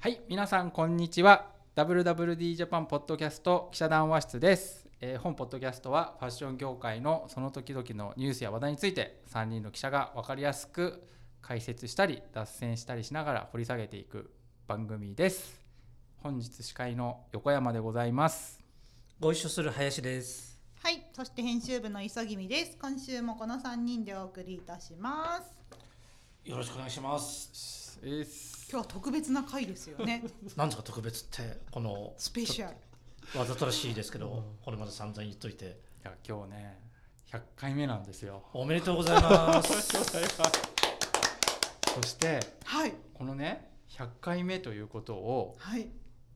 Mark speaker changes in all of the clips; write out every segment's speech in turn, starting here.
Speaker 1: はい、皆さんこんにちは。WWD ジャパンポッドキャスト記者談話室です。えー本ポッドキャストはファッション業界のその時々のニュースや話題について3人の記者が分かりやすく解説したり脱線したりしながら掘り下げていく番組です。本日司会の横山でございます。
Speaker 2: ご一緒する林です。
Speaker 3: はい、そして編集部の磯君です。今週もこの三人でお送りいたします。
Speaker 2: よろしくお願いします。
Speaker 1: えー
Speaker 3: 今日は特別な回ですよ ね。
Speaker 2: なんですか特別ってこの
Speaker 3: スペシャル。
Speaker 2: わざとらしいですけど、これまで散々言っといて
Speaker 1: いや今日ね100回目なんですよ。
Speaker 2: おめでとうござい ます。
Speaker 1: そして
Speaker 3: はい、
Speaker 1: このね100回目ということを
Speaker 3: はい、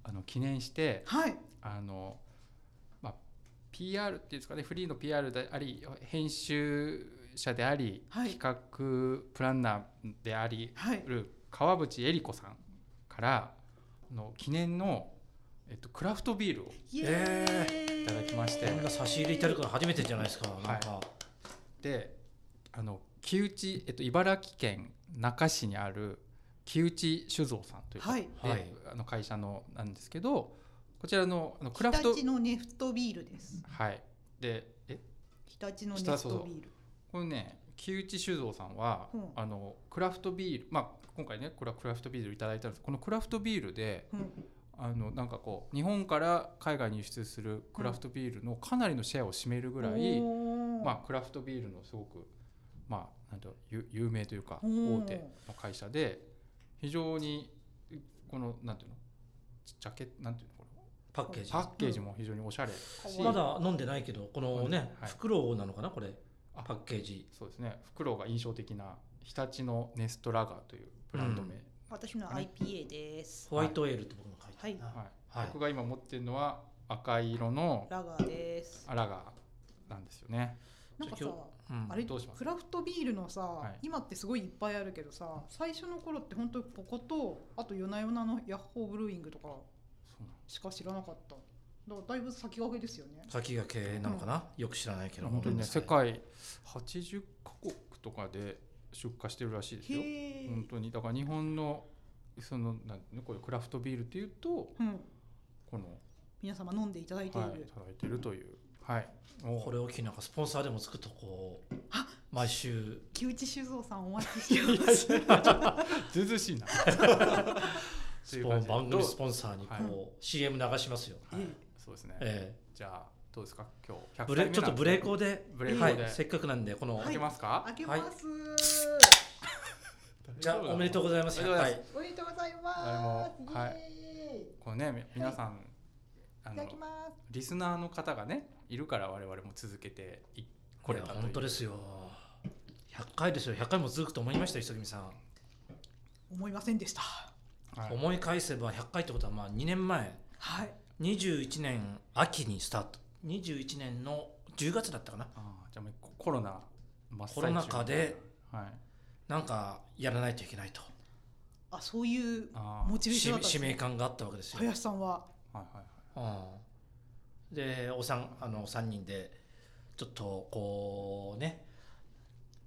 Speaker 1: あの記念して
Speaker 3: はい、
Speaker 1: あの、まあ、PR っていうんですかねフリーの PR であり編集者であり、
Speaker 3: はい
Speaker 1: 企画プランナーであり
Speaker 3: はい。
Speaker 1: る川淵恵理子さんからあの記念の、えっと、クラフトビールを
Speaker 3: イエーイ
Speaker 1: いただきまして
Speaker 2: こんな差し入れいただくの初めてじゃないですか。なんか、
Speaker 1: であの木内、えっと、茨城県那珂市にある木内酒造さんということ
Speaker 3: は
Speaker 1: で、
Speaker 3: い。
Speaker 2: はい
Speaker 1: あの会社のなんですけどこちらのあのク
Speaker 3: 日
Speaker 1: ラフト
Speaker 3: 立のネフトビールです。
Speaker 1: はいでえ
Speaker 3: 日立のネフトビール。
Speaker 1: このね木内酒造さんは、
Speaker 3: うん
Speaker 1: あのクラフトビール、まあ、今回ねこれはクラフトビールいただいたんですこのクラフトビールで
Speaker 3: うん、
Speaker 1: あのなんかこう日本から海外に輸出するクラフトビールのかなりのシェアを占めるぐらい、
Speaker 3: おー
Speaker 1: まあ、クラフトビールのすごく、まあ、なんていうのゆ有名というか
Speaker 3: おー
Speaker 1: 大手の会社で非常にこのなんていうのジャケなんていうのこれ
Speaker 2: パッケージ。
Speaker 1: パッケージも非常におしゃれだし、
Speaker 2: まだ飲んでないけどこのね、
Speaker 1: はい
Speaker 2: 袋なのかなこれ
Speaker 1: あ
Speaker 2: パッケージ。
Speaker 1: そうですねフクロウが印象的な日立のネストラガーというブランド名、
Speaker 2: う
Speaker 3: 私の IPA です。
Speaker 2: ホワイトエールって僕も書いてるな。
Speaker 1: はい
Speaker 2: はい。
Speaker 1: 僕が今持ってるのは赤色の
Speaker 3: ラガーです。
Speaker 1: アラガーなんですよね。
Speaker 3: なんか
Speaker 2: じ
Speaker 3: さ
Speaker 2: ゃあ、うん
Speaker 3: あれ
Speaker 1: どうします
Speaker 3: クラフトビールのさ、
Speaker 1: い
Speaker 3: 今ってすごいいっぱいあるけどさ最初の頃って本当にこことあと夜な夜なのヤッホーブルーイングとか
Speaker 1: そう
Speaker 3: しか知らなかっただからだいぶ先駆けですよね
Speaker 2: 先駆けなのかな、よく知らないけど。
Speaker 1: 本当にね世
Speaker 2: ごめんなさ
Speaker 1: 界
Speaker 2: い
Speaker 1: 80カ国とかで出荷してるらしいですよ。
Speaker 3: へえ、
Speaker 1: 本当にだから日本のそのなんていうのこういうクラフトビールっていうと
Speaker 3: うん、
Speaker 1: この
Speaker 3: 皆様飲んでいただいてい
Speaker 1: はい
Speaker 3: る、
Speaker 1: いただいてるというはい。
Speaker 2: これを機になんかスポンサーでもつくとこう毎 週
Speaker 3: 木内酒造さんお待ちして ます
Speaker 1: ずうずうしいな。とい
Speaker 2: ス
Speaker 1: う
Speaker 2: ポ
Speaker 1: 感
Speaker 2: ン
Speaker 1: じで
Speaker 2: 番
Speaker 1: どう
Speaker 2: 組スポンサーにこう、
Speaker 1: は
Speaker 2: CM 流しますよ。
Speaker 1: はい、そうですね。
Speaker 2: え
Speaker 1: じゃあどうですか今日
Speaker 2: えブレちょっとブレーコー
Speaker 1: で
Speaker 2: で
Speaker 1: ブレーコ
Speaker 2: は
Speaker 1: ー
Speaker 2: い
Speaker 1: で、
Speaker 2: せっかくなんでこの、
Speaker 1: 開けますか。
Speaker 3: 開けます、
Speaker 2: じゃあおめでとうございます。
Speaker 1: おめでとうござい
Speaker 2: はい
Speaker 3: おめでとうございます
Speaker 1: どうもはい
Speaker 3: イエーイ
Speaker 1: こうねみ皆さん、あ
Speaker 3: いた
Speaker 1: の
Speaker 3: だきます
Speaker 1: リスナーの方がねいるから我々も続けてい
Speaker 2: こ
Speaker 1: こ
Speaker 2: れ
Speaker 1: れたという
Speaker 2: 本当ですよ。100回ですよ。100回も続くと思いましたよ、磯君さん。
Speaker 3: 思いませんでした
Speaker 1: はい、
Speaker 2: 思い返せば100回ってことはまあ2年前、
Speaker 3: はい
Speaker 2: 21年秋にスタート。21年の10月だったかな。
Speaker 1: あーじゃあもうココロナ真っ最中
Speaker 2: コロナ禍で
Speaker 1: はい
Speaker 2: なんかやらないといけないと。
Speaker 3: あそういう
Speaker 1: あー
Speaker 3: モチベーシ
Speaker 2: 使
Speaker 3: ョンだった
Speaker 2: 使
Speaker 3: んです
Speaker 2: 命
Speaker 3: ね
Speaker 2: 感があったわけですよ。
Speaker 3: 林さんは
Speaker 1: はいはいはい
Speaker 2: うん、でおさんあの3人でちょっとこうね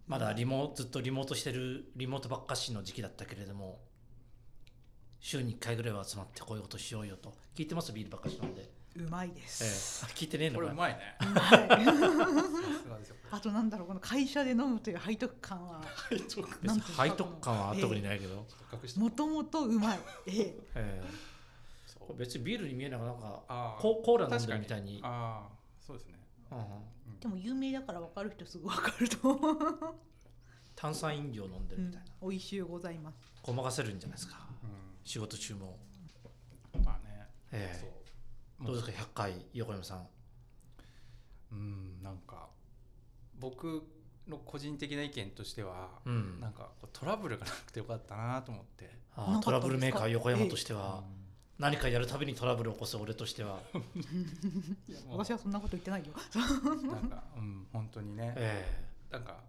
Speaker 2: まだリモずっとリモートしてるリモートばっかしの時期だったけれども週に1回ぐらいは集まってこういうことしようよと聞いてますビールばっかしなんで、
Speaker 3: うまいで
Speaker 2: ええ
Speaker 3: す、
Speaker 2: あ聞いてねえの
Speaker 1: こ
Speaker 2: か
Speaker 1: れ
Speaker 2: な
Speaker 1: うまいね
Speaker 3: うまい
Speaker 1: さすがですよ
Speaker 3: あとなんだろうこの会社で飲むという背徳感は
Speaker 1: 背徳感
Speaker 2: 別
Speaker 3: なん
Speaker 2: に
Speaker 3: ていうか
Speaker 2: 背徳感は特にないけど、
Speaker 1: 隠して
Speaker 3: もともとうまい、え
Speaker 2: え
Speaker 1: そ
Speaker 2: え
Speaker 1: う
Speaker 2: 別にビールに見えながらなんか
Speaker 1: あー
Speaker 2: ココーラ飲んでるみたい
Speaker 1: 確
Speaker 2: に
Speaker 1: かああそうですね
Speaker 2: うん
Speaker 3: え、でも有名だから分かる人すぐ分かると思う、
Speaker 2: 炭酸飲料飲んでるみたいな、
Speaker 3: おいしゅうございます
Speaker 2: ごまかせるんじゃないですか
Speaker 1: うん
Speaker 2: 仕事中も、
Speaker 1: まあね
Speaker 2: ええ
Speaker 1: そう
Speaker 2: どうですか100回横山さん
Speaker 1: うんなんか僕の個人的な意見としては、
Speaker 2: うん
Speaker 1: なんかこうトラブルがなくてよかったなと思って、
Speaker 2: ああ
Speaker 3: なかったんですか
Speaker 2: トラブルメーカー横山としては、
Speaker 1: うん
Speaker 2: 何かやるたびにトラブルを起こす俺としては、
Speaker 1: いやもう
Speaker 3: 私はそんなこと言ってないよ
Speaker 1: なんか、うん、本当にね、
Speaker 2: え
Speaker 1: なんか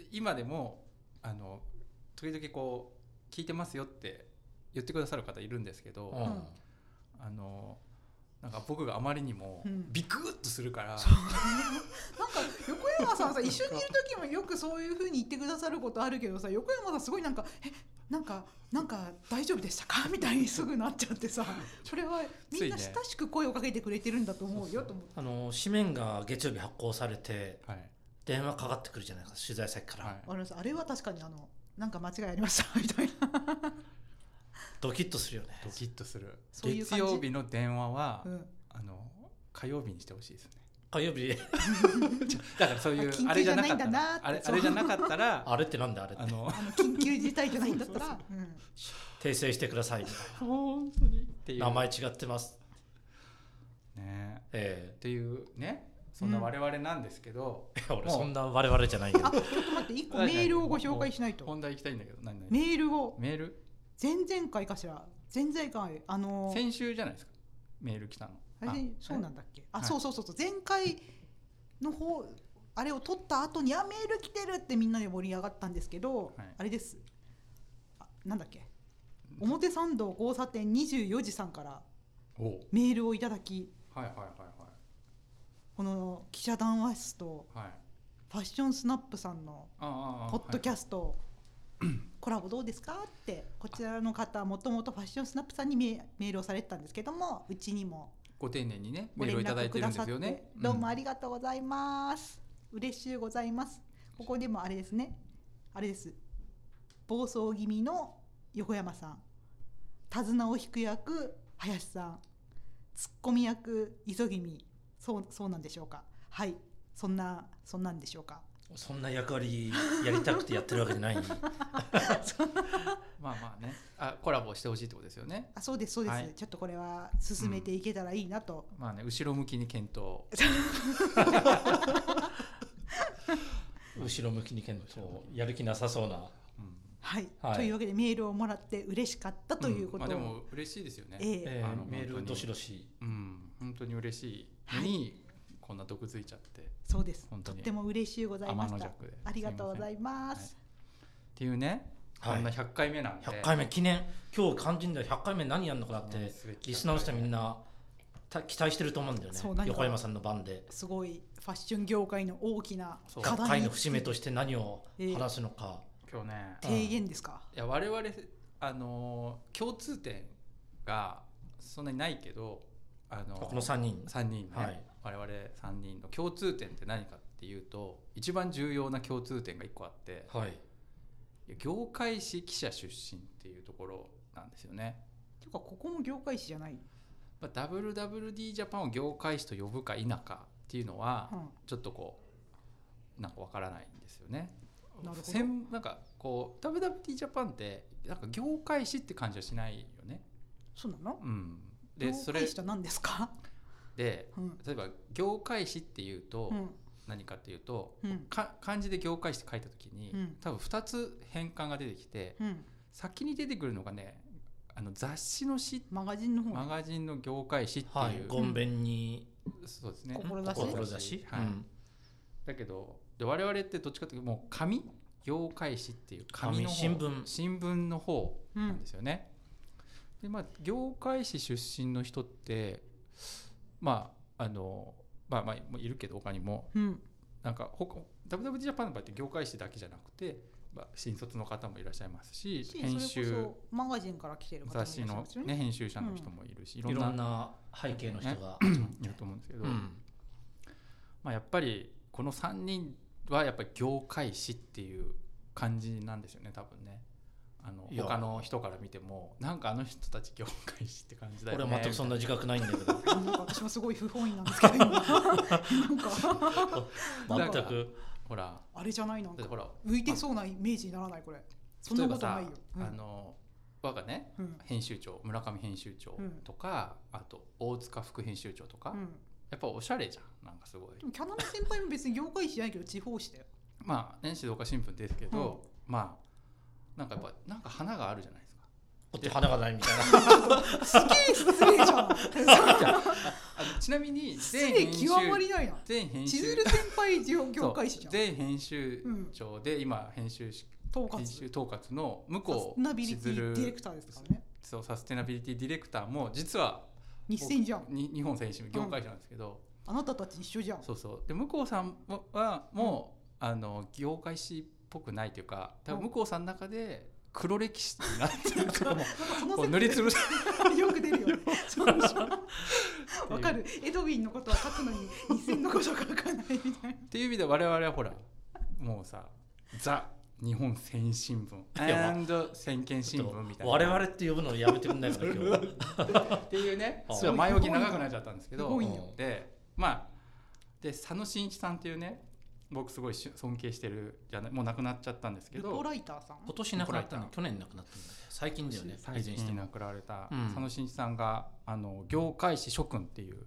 Speaker 1: い今でもあの時々こう聞いてますよって言ってくださる方いるんですけど、
Speaker 2: えうん
Speaker 1: あのなんか僕があまりにも
Speaker 3: うん
Speaker 1: ビクッとするから、
Speaker 3: なんか横山さんさ一緒にいる時もよくそういうふうに言ってくださることあるけどさ横山さんすごいなんか「えなんかなんか大丈夫でしたかみたいにすぐなっちゃってさそれはみんな
Speaker 1: ついね
Speaker 3: 親しく声をかけてくれてるんだと思うよと思って
Speaker 2: あの紙面が月曜日発行されて
Speaker 1: はい
Speaker 2: 電話かかってくるじゃないですか取材先から、
Speaker 1: はい
Speaker 3: あれあれは確かにあのなんか間違いありましたみたいな
Speaker 2: ドキッとするよね
Speaker 1: ドキッとする
Speaker 3: そういう
Speaker 1: 月
Speaker 3: 感じ
Speaker 1: 曜日の電話は、
Speaker 3: うん
Speaker 1: あの火曜日にしてほしいですね
Speaker 2: 火曜日
Speaker 1: だからそういう
Speaker 3: あ緊急
Speaker 1: あれじゃなかっ
Speaker 3: じ
Speaker 1: た
Speaker 3: ゃないんだな
Speaker 1: ら
Speaker 3: って
Speaker 1: あれ
Speaker 3: そ
Speaker 1: あ
Speaker 3: う
Speaker 1: れじゃなかったら
Speaker 2: あれってなんだあれって
Speaker 1: あの
Speaker 3: あの緊急事態じゃないんだったらうん
Speaker 2: 訂正してくださいみたい
Speaker 1: 本当にっていう
Speaker 2: な名前違ってます
Speaker 1: ね
Speaker 2: え
Speaker 1: っていうねそんな我々なんですけど、
Speaker 2: え俺そんな我々じゃないけど
Speaker 3: あちょっと待って一個メールをご紹介しないと
Speaker 1: 本題行きたいんだけど何何
Speaker 3: メールを
Speaker 1: メール
Speaker 3: 前々回かしら前々回あの
Speaker 1: 先週じゃないですかメール来たの
Speaker 3: あれでそうなん
Speaker 1: だ
Speaker 3: だっけあ、
Speaker 1: はい
Speaker 3: そうそうそうそう前回の方あれを取った後に「あメール来てる!」ってみんなで盛り上がったんですけど、
Speaker 1: はい
Speaker 3: あれですあなんだっけ表参道交差点24時さんから
Speaker 1: おう
Speaker 3: メールをいただき
Speaker 1: はいはいはい
Speaker 3: この記者談話室と
Speaker 1: はいはい
Speaker 3: ファッションスナップさんの
Speaker 1: ああああ
Speaker 3: ポッドキ
Speaker 1: ャ
Speaker 3: ャスト、コラボどうですかってこちらの方もともとファッションスナップさんにメメールをされてたんですけどもうちにも
Speaker 1: ご丁寧にね
Speaker 3: ご
Speaker 1: メー
Speaker 3: 連
Speaker 1: ルをいただ
Speaker 3: 絡
Speaker 1: い
Speaker 3: く
Speaker 1: てる
Speaker 3: だ
Speaker 1: んで
Speaker 3: さ
Speaker 1: す
Speaker 3: って、
Speaker 1: よね
Speaker 3: どうもあ
Speaker 1: り
Speaker 3: りがとうございます、嬉しゅうございますここでもあれですねあれです暴走気味の横山さん手綱を引く役林さんツッコミ役急ぎみそうそうなんでしょうかはいそんなそんなんでしょうか
Speaker 2: そんな役割やりたくてやってるわけじゃない
Speaker 1: まあまあねあコラボしてほしいってことですよね
Speaker 3: あそうですそうです、
Speaker 1: はい
Speaker 3: ちょっとこれは進めていけたらいいなと、
Speaker 1: まあね後ろ向きに検討
Speaker 2: 後ろ向きに検討やる気なさそうな
Speaker 1: うん
Speaker 3: はい、
Speaker 2: はい
Speaker 3: というわけでメールをもらって嬉しかったということを、
Speaker 1: んまあ、でも嬉しいですよね、
Speaker 3: ええ
Speaker 2: ええ
Speaker 1: あの
Speaker 2: メー
Speaker 1: 本当
Speaker 2: ル
Speaker 1: に
Speaker 2: どしどし
Speaker 1: うん本当に嬉しいのに、こんな毒づいちゃって
Speaker 3: そうです
Speaker 1: 本当
Speaker 3: とっ
Speaker 1: に
Speaker 3: ても嬉しゅうございま
Speaker 1: 天の
Speaker 3: した
Speaker 1: 弱で
Speaker 3: ありがとうござ
Speaker 1: すい
Speaker 3: いま
Speaker 1: はい
Speaker 3: す。
Speaker 1: ませんっていうねこんな100回目なんで、
Speaker 2: 100回目記念今日肝心だよ100回目何やるのかなって
Speaker 1: うんすべき
Speaker 2: リスナーの人みんなた期待してると思うんだよね
Speaker 3: そう何か
Speaker 2: 横山さんの番です
Speaker 3: ごいファッション業界の大きな
Speaker 1: そう
Speaker 3: 課
Speaker 2: 100回
Speaker 3: 題
Speaker 2: の
Speaker 3: の
Speaker 2: 節目として何を
Speaker 3: ええ
Speaker 2: 話すのか、
Speaker 1: 今日ね
Speaker 3: 提言ですか。
Speaker 1: いや我々あのー共通点がそんなにないけどあのー
Speaker 2: この3人
Speaker 1: 三人ね、
Speaker 2: はい
Speaker 1: 我々3人の共通点って何かっていうと一番重要な共通点が1個あって
Speaker 2: はい
Speaker 1: 業界誌記者出身っていうところなんですよね。
Speaker 3: ていうかここも業界誌じゃない。
Speaker 1: まあ WWD ジャパンを業界誌と呼ぶか否かっていうのは
Speaker 3: うん
Speaker 1: ちょっとこうなんかわからないんですよね。
Speaker 3: なるほど
Speaker 1: 専なんかこう WWD ジャパンってなんか業界誌って感じはしないよね。
Speaker 3: そうなの？
Speaker 1: うん、
Speaker 3: 業
Speaker 1: でそれ
Speaker 3: 界誌とは何ですか？
Speaker 1: で
Speaker 3: うん
Speaker 1: 例えば業界誌っていうと
Speaker 3: うん
Speaker 1: 何かっていうと、
Speaker 3: うん
Speaker 1: か漢字で業界誌って書いた時に、
Speaker 3: うん
Speaker 1: 多分2つ変換が出てきて
Speaker 3: うん
Speaker 1: 先に出てくるのがねあの雑誌の誌
Speaker 3: マガジンの方
Speaker 1: マ
Speaker 3: ね。
Speaker 1: ガジンの業界誌って
Speaker 2: はい
Speaker 1: いう、
Speaker 2: ごんべんに
Speaker 1: そうですね
Speaker 3: 志
Speaker 2: 志
Speaker 1: はい
Speaker 2: うん
Speaker 1: だけどで我々ってどっちかというともう紙業界誌っていう紙の方
Speaker 2: 紙新聞
Speaker 1: 新聞の方
Speaker 3: う
Speaker 1: なん
Speaker 3: ん
Speaker 1: ですよね。でまあ業界誌出身の人ってまああのまあまあもういるけど他にも
Speaker 3: うん
Speaker 1: なんか他 WWD ジャパンの場合って業界誌だけじゃなくて、まあ、新卒の方もいらっしゃいますし
Speaker 3: し
Speaker 1: 編
Speaker 3: それこ
Speaker 1: 集
Speaker 3: そマガジンから来てる方もいら
Speaker 1: 雑
Speaker 3: っし
Speaker 1: 誌
Speaker 3: ゃい
Speaker 1: の
Speaker 3: ますよ、
Speaker 1: ね、編集者の人もいるし、
Speaker 2: い
Speaker 1: いろ
Speaker 2: ろ
Speaker 1: ん
Speaker 2: ん
Speaker 1: な
Speaker 2: な背景の人が、
Speaker 1: いると思うんですけど、
Speaker 2: うん
Speaker 1: まあ、やっぱりこの3人はやっぱり業界誌っていう感じなんですよね多分ねあの
Speaker 2: いや
Speaker 1: 他の人から見てもなんかあの人たち業界誌って感じだよ
Speaker 2: 俺
Speaker 1: ね
Speaker 2: は全くそんな自覚ないんだけど
Speaker 3: なんか私もすごい不本意なんで すけど、今なんか
Speaker 1: なんか
Speaker 2: 全く
Speaker 1: ほら
Speaker 3: あれじゃないなん
Speaker 1: だ
Speaker 3: か
Speaker 1: ってほら
Speaker 3: 浮いてそうなイメージにならないこれ。そん
Speaker 1: 例えば
Speaker 3: なことな
Speaker 1: さ
Speaker 3: いよ。
Speaker 1: あの我がね
Speaker 3: うんうん
Speaker 1: 編集長村上編集長とか、あと大塚副編集長とか、
Speaker 3: う
Speaker 1: や
Speaker 3: ん。
Speaker 1: っぱおしゃれじゃんなんかすごい
Speaker 3: でもキャナメ先輩も別に業界誌じゃないけど地方誌だよ。
Speaker 1: まあね静岡新聞ですけど、まあなんかやっぱなんか花があるじゃないですか
Speaker 2: こっち花がないみたいな
Speaker 3: 失礼じゃん。
Speaker 1: じゃああのちなみに
Speaker 3: 失
Speaker 1: 全
Speaker 3: 礼
Speaker 1: 編集
Speaker 3: 極まりないな。
Speaker 1: 全編
Speaker 3: 千
Speaker 1: 集
Speaker 3: 鶴先輩業界誌じゃん。
Speaker 1: 全編集長で今編集し
Speaker 3: 統括。
Speaker 1: 編
Speaker 3: サ
Speaker 1: 集統括の向こ
Speaker 3: ス
Speaker 1: う
Speaker 3: テナビリテ
Speaker 1: 千
Speaker 3: ィ
Speaker 1: 鶴
Speaker 3: ディレクターですからね。
Speaker 1: そうサステナビリティディレクターも実は
Speaker 3: 日戦じゃん。
Speaker 1: に日本選手業界者なんですけど、
Speaker 3: あなたたち一緒じゃん。
Speaker 1: そうそうで向こうさんはもう、あの業界誌っぽくないというか多分向こうさんの中で黒歴史になってる からも
Speaker 3: そ
Speaker 1: うこう
Speaker 3: の
Speaker 1: 塗りつぶし
Speaker 3: 説よく出るよね。そうでしょわかる。エドウィンのことは書くのに2000のことは書かないみたいな。
Speaker 1: っていう意味で我々はほらもうさザ日本先進聞
Speaker 2: いや
Speaker 1: and 先見新聞みたいな
Speaker 2: 我々って呼ぶのやめてくんな いかな今日
Speaker 1: っていうね
Speaker 2: あ
Speaker 1: ちょっと前置き長くなっちゃったんですけ
Speaker 3: すご
Speaker 1: ど
Speaker 3: い
Speaker 2: よ
Speaker 1: でまあで佐野真一さんっていうね僕すごいし尊敬してるじゃないもう亡くなっちゃったんですけ
Speaker 3: ルポ
Speaker 1: ど
Speaker 3: ライターさん。
Speaker 2: 今年亡くなったの
Speaker 1: 怒
Speaker 2: 去年亡くなったんだよ最近だよね
Speaker 1: 最
Speaker 2: いずれにして
Speaker 1: 近
Speaker 2: も
Speaker 1: 亡くなられた
Speaker 2: うん
Speaker 1: 佐野真一さんが「あの業界史諸君」っていう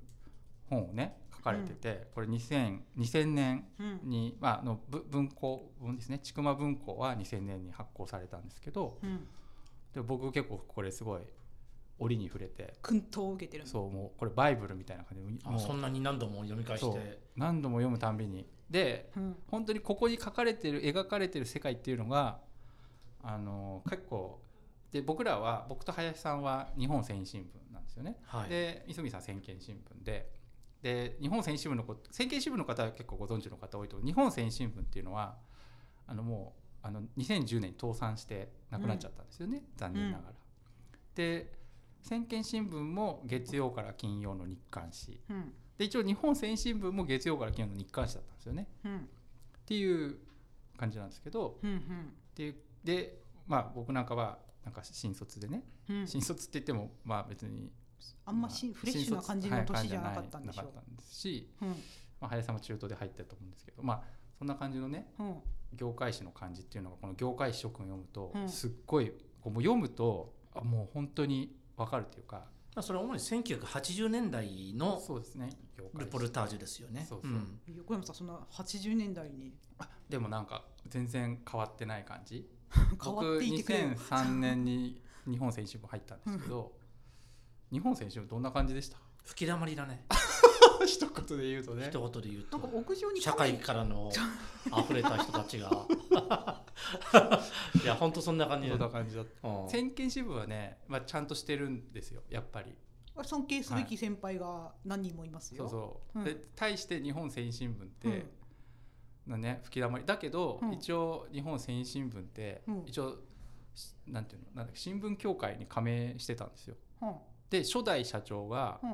Speaker 1: 本をね書かれててこれ2000 2000年
Speaker 3: うん。
Speaker 1: に、まあ、あのぶ文庫本ですね千曲文庫は2000年に発行されたんですけど
Speaker 3: うん。
Speaker 1: で僕結構これすごい折に触れて
Speaker 3: 訓導を受けてるの。
Speaker 1: そうもうこれバイブルみたいな感じで
Speaker 2: あ
Speaker 1: もう
Speaker 2: そんなに何度も読み返し
Speaker 1: そう
Speaker 2: て
Speaker 1: 何度も読むたんびにで
Speaker 3: うん。
Speaker 1: 本当にここに書かれてる描かれてる世界っていうのがあの結構で僕らは僕と林さんは日本繊維新聞なんですよね、
Speaker 2: はい
Speaker 1: で磯見さん先見新聞でで日本繊維新聞のこと先見新聞の方は結構ご存知の方多いと思う日本繊維新聞っていうのはあのもうあの2010年に倒産してなくなっちゃったんですよね、残念ながら。で先見新聞も月曜から金曜の日刊誌
Speaker 3: うん。
Speaker 1: で一応日本先進部も月曜から金曜の日刊誌だったんですよね
Speaker 3: うん。
Speaker 1: っていう感じなんですけど
Speaker 3: うん。うん。
Speaker 1: ででまあ僕なんかはなんか新卒でね、
Speaker 3: うん、
Speaker 1: 新卒って言ってもまあ別に
Speaker 3: あんまし、
Speaker 1: まあ
Speaker 3: フレッシュな感じの
Speaker 1: 新卒はい
Speaker 3: 年じゃなかったんでしょ
Speaker 1: なかったんですし、
Speaker 3: う。うん
Speaker 1: まあ、林さんも中途で入ったと思うんですけどまあそんな感じのね
Speaker 3: うん
Speaker 1: 業界誌の感じっていうのがこの業界誌諸君を読むと
Speaker 3: うん
Speaker 1: すっごいこうもう読むとあもう本当にわかるというか
Speaker 2: まあそれは主に1980年代の
Speaker 1: そうですね業界
Speaker 2: ル
Speaker 1: 誌
Speaker 2: ポルタージュですよね
Speaker 1: そうそうん
Speaker 3: 横山さんそんな80年代に
Speaker 1: でもなんか全然変わってない感じ
Speaker 3: 変わ
Speaker 1: 僕
Speaker 3: っていてくれる
Speaker 1: 2003年に日本選手部入ったんですけど、日本選手部どんな感じでした
Speaker 2: 吹きだまりだね
Speaker 1: 一言で言うとね
Speaker 2: 一言で言う
Speaker 3: なんか
Speaker 2: と
Speaker 3: 屋上に
Speaker 2: 社会からの溢れた人たちがいや本当そんな感じ
Speaker 1: そ
Speaker 2: だ
Speaker 1: んな感じだった
Speaker 2: うん
Speaker 1: 先見支部はね、まあ、ちゃんとしてるんですよやっぱり
Speaker 3: 尊敬すべき先輩が何人もいますよ、
Speaker 1: そうそう、
Speaker 3: うん
Speaker 1: で対して日本選手新聞って、
Speaker 3: うん
Speaker 1: なね吹きだまりだけど、
Speaker 3: うん
Speaker 1: 一応日本選手新聞って、
Speaker 3: うん
Speaker 1: 一応しなんていうのなんだっけ新聞協会に加盟してたんですよ
Speaker 3: うん
Speaker 1: で初代社長が、
Speaker 3: うん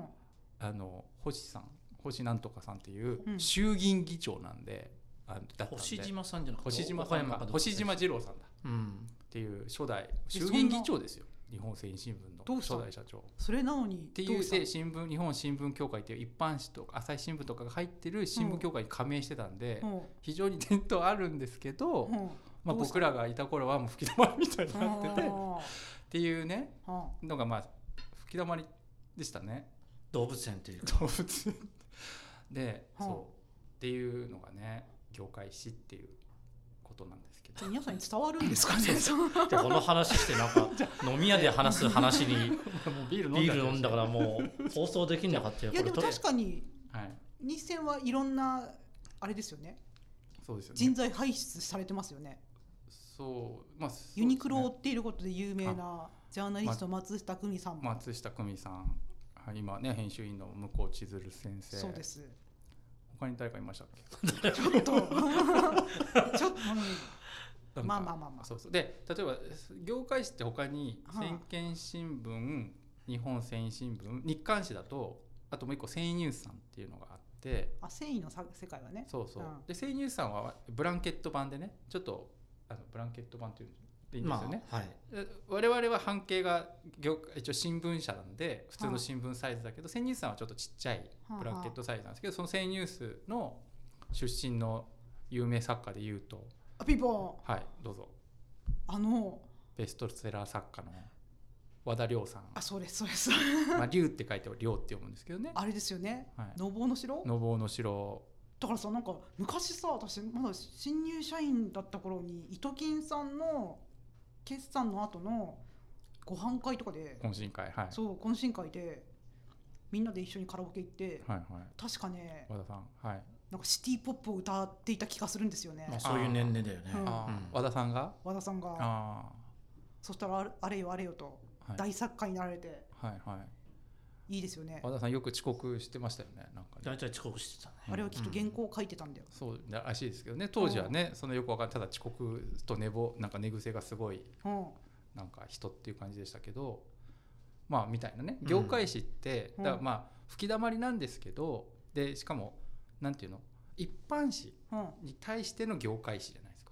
Speaker 1: あの星さん星なんとかさんっていう
Speaker 3: うん
Speaker 1: 衆議院議長なんで、あのだったんで
Speaker 2: 星島さんじゃなくて
Speaker 1: 星島さん
Speaker 2: 岡
Speaker 1: が
Speaker 2: 山かどっか
Speaker 1: 星島二郎さんだっ
Speaker 2: うん
Speaker 1: ていう初代
Speaker 3: え
Speaker 1: 衆議院議長ですよ日本政治新聞
Speaker 3: ど
Speaker 1: の
Speaker 3: うした
Speaker 1: 初
Speaker 3: の
Speaker 1: 代社長っ
Speaker 3: それなのにって
Speaker 1: いうで新聞日本新聞協会っていう一般紙とか朝日新聞とかが入ってる新聞協会に加盟してたんで、
Speaker 3: うんうん
Speaker 1: 非常に伝統あるんですけど、
Speaker 3: うん
Speaker 1: まあ、
Speaker 3: どうした
Speaker 1: 僕らがいた頃はもう吹き溜まりみたいに なっててっ
Speaker 3: あ
Speaker 1: ていうね
Speaker 3: ーうん
Speaker 1: のがまあ吹き溜まりでしたね。
Speaker 2: 動物園 というか
Speaker 1: 動物で、
Speaker 3: はあ
Speaker 1: そうっていうのがね業界史っていうことなんですけ
Speaker 3: じ
Speaker 1: ど
Speaker 3: ゃあ皆さんに伝わるんですかね
Speaker 2: でこの話してなんか飲み屋で話す話に
Speaker 1: もうビール
Speaker 2: ビール飲んだからもう放送できなかったよ
Speaker 3: いや
Speaker 2: こ
Speaker 3: で
Speaker 2: れ
Speaker 3: も確かに
Speaker 1: らはい
Speaker 3: 日戦はいろんなあれですよね
Speaker 1: そうですよ
Speaker 3: 人
Speaker 1: ね
Speaker 3: 材輩出されてますよね
Speaker 1: そうまあそうですね
Speaker 3: ユニクロを追っていることで有名なジャーナリスト松下久美さんも、
Speaker 1: 松下久美さんはい今ね編集員の向こう千鶴先生
Speaker 3: そうです
Speaker 1: 他に誰かいましたっけ
Speaker 3: ちょっと ちょ
Speaker 1: な
Speaker 3: っと、うん
Speaker 1: か
Speaker 3: ん、まあまあまあまあ
Speaker 1: そうそうで例えば業界誌って他に
Speaker 3: はあ
Speaker 1: 先見新聞日本繊維新聞日刊誌だとあともう一個繊維ニュースさんっていうのがあって
Speaker 3: あ繊維のさ世界はね
Speaker 1: そうそう、
Speaker 3: うん
Speaker 1: で生乳さんはブランケット版でねちょっとあのブランケット版っていうんでいいんですよね、
Speaker 2: まあはい
Speaker 1: で我々は半径が業一応新聞社なんで普通の新聞サイズだけど生乳さんはちょっとちっちゃいブランケットサイズなんですけどその生乳スの出身の有名作家で言うと
Speaker 3: あピンポ
Speaker 1: はいどうぞ
Speaker 3: ンあの
Speaker 1: ベストセラー作家の和田亮さん
Speaker 3: あそれそれそれ
Speaker 1: まあ龍って書いて亮って読むんですけどね
Speaker 3: あれですよね
Speaker 1: はい
Speaker 3: 「のぼうの城」
Speaker 1: 「のぼうの城
Speaker 3: だからさなんか昔さ私まだ新入社員だった頃に糸金さんの決算の後のご飯会とかで、
Speaker 1: 懇親会」はい
Speaker 3: そう懇親会でみんなで一緒にカラオケ行って、
Speaker 1: はいはい
Speaker 3: 確かね
Speaker 1: 和田さんはい、
Speaker 3: なんかシティポップを歌っていた気がするんですよね
Speaker 2: まあ、そういう年齢だよね
Speaker 3: うん
Speaker 1: あー
Speaker 2: うん
Speaker 1: 和田さんが
Speaker 3: 和田さんが
Speaker 1: あ
Speaker 3: そしたらあれあれよあれよと
Speaker 1: あはい
Speaker 3: 大作家になられて
Speaker 1: はいはい
Speaker 3: いいですよね、
Speaker 1: 和田さんよく遅刻してましたよねなんか
Speaker 2: 大
Speaker 1: ね
Speaker 2: 体遅刻してたね
Speaker 3: あれはきっと原稿を書いてたんだよ、
Speaker 1: そうらしいですけどね当時はねそのよくわかんないただ遅刻と寝坊なんか寝癖がすごい
Speaker 3: うん
Speaker 1: なんか人っていう感じでしたけどまあみたいなね業界誌って、
Speaker 3: うん
Speaker 1: だからまあ吹きだまりなんですけどでしかもなんていうの一般誌
Speaker 3: うん
Speaker 1: に対しての業界誌じゃないですか。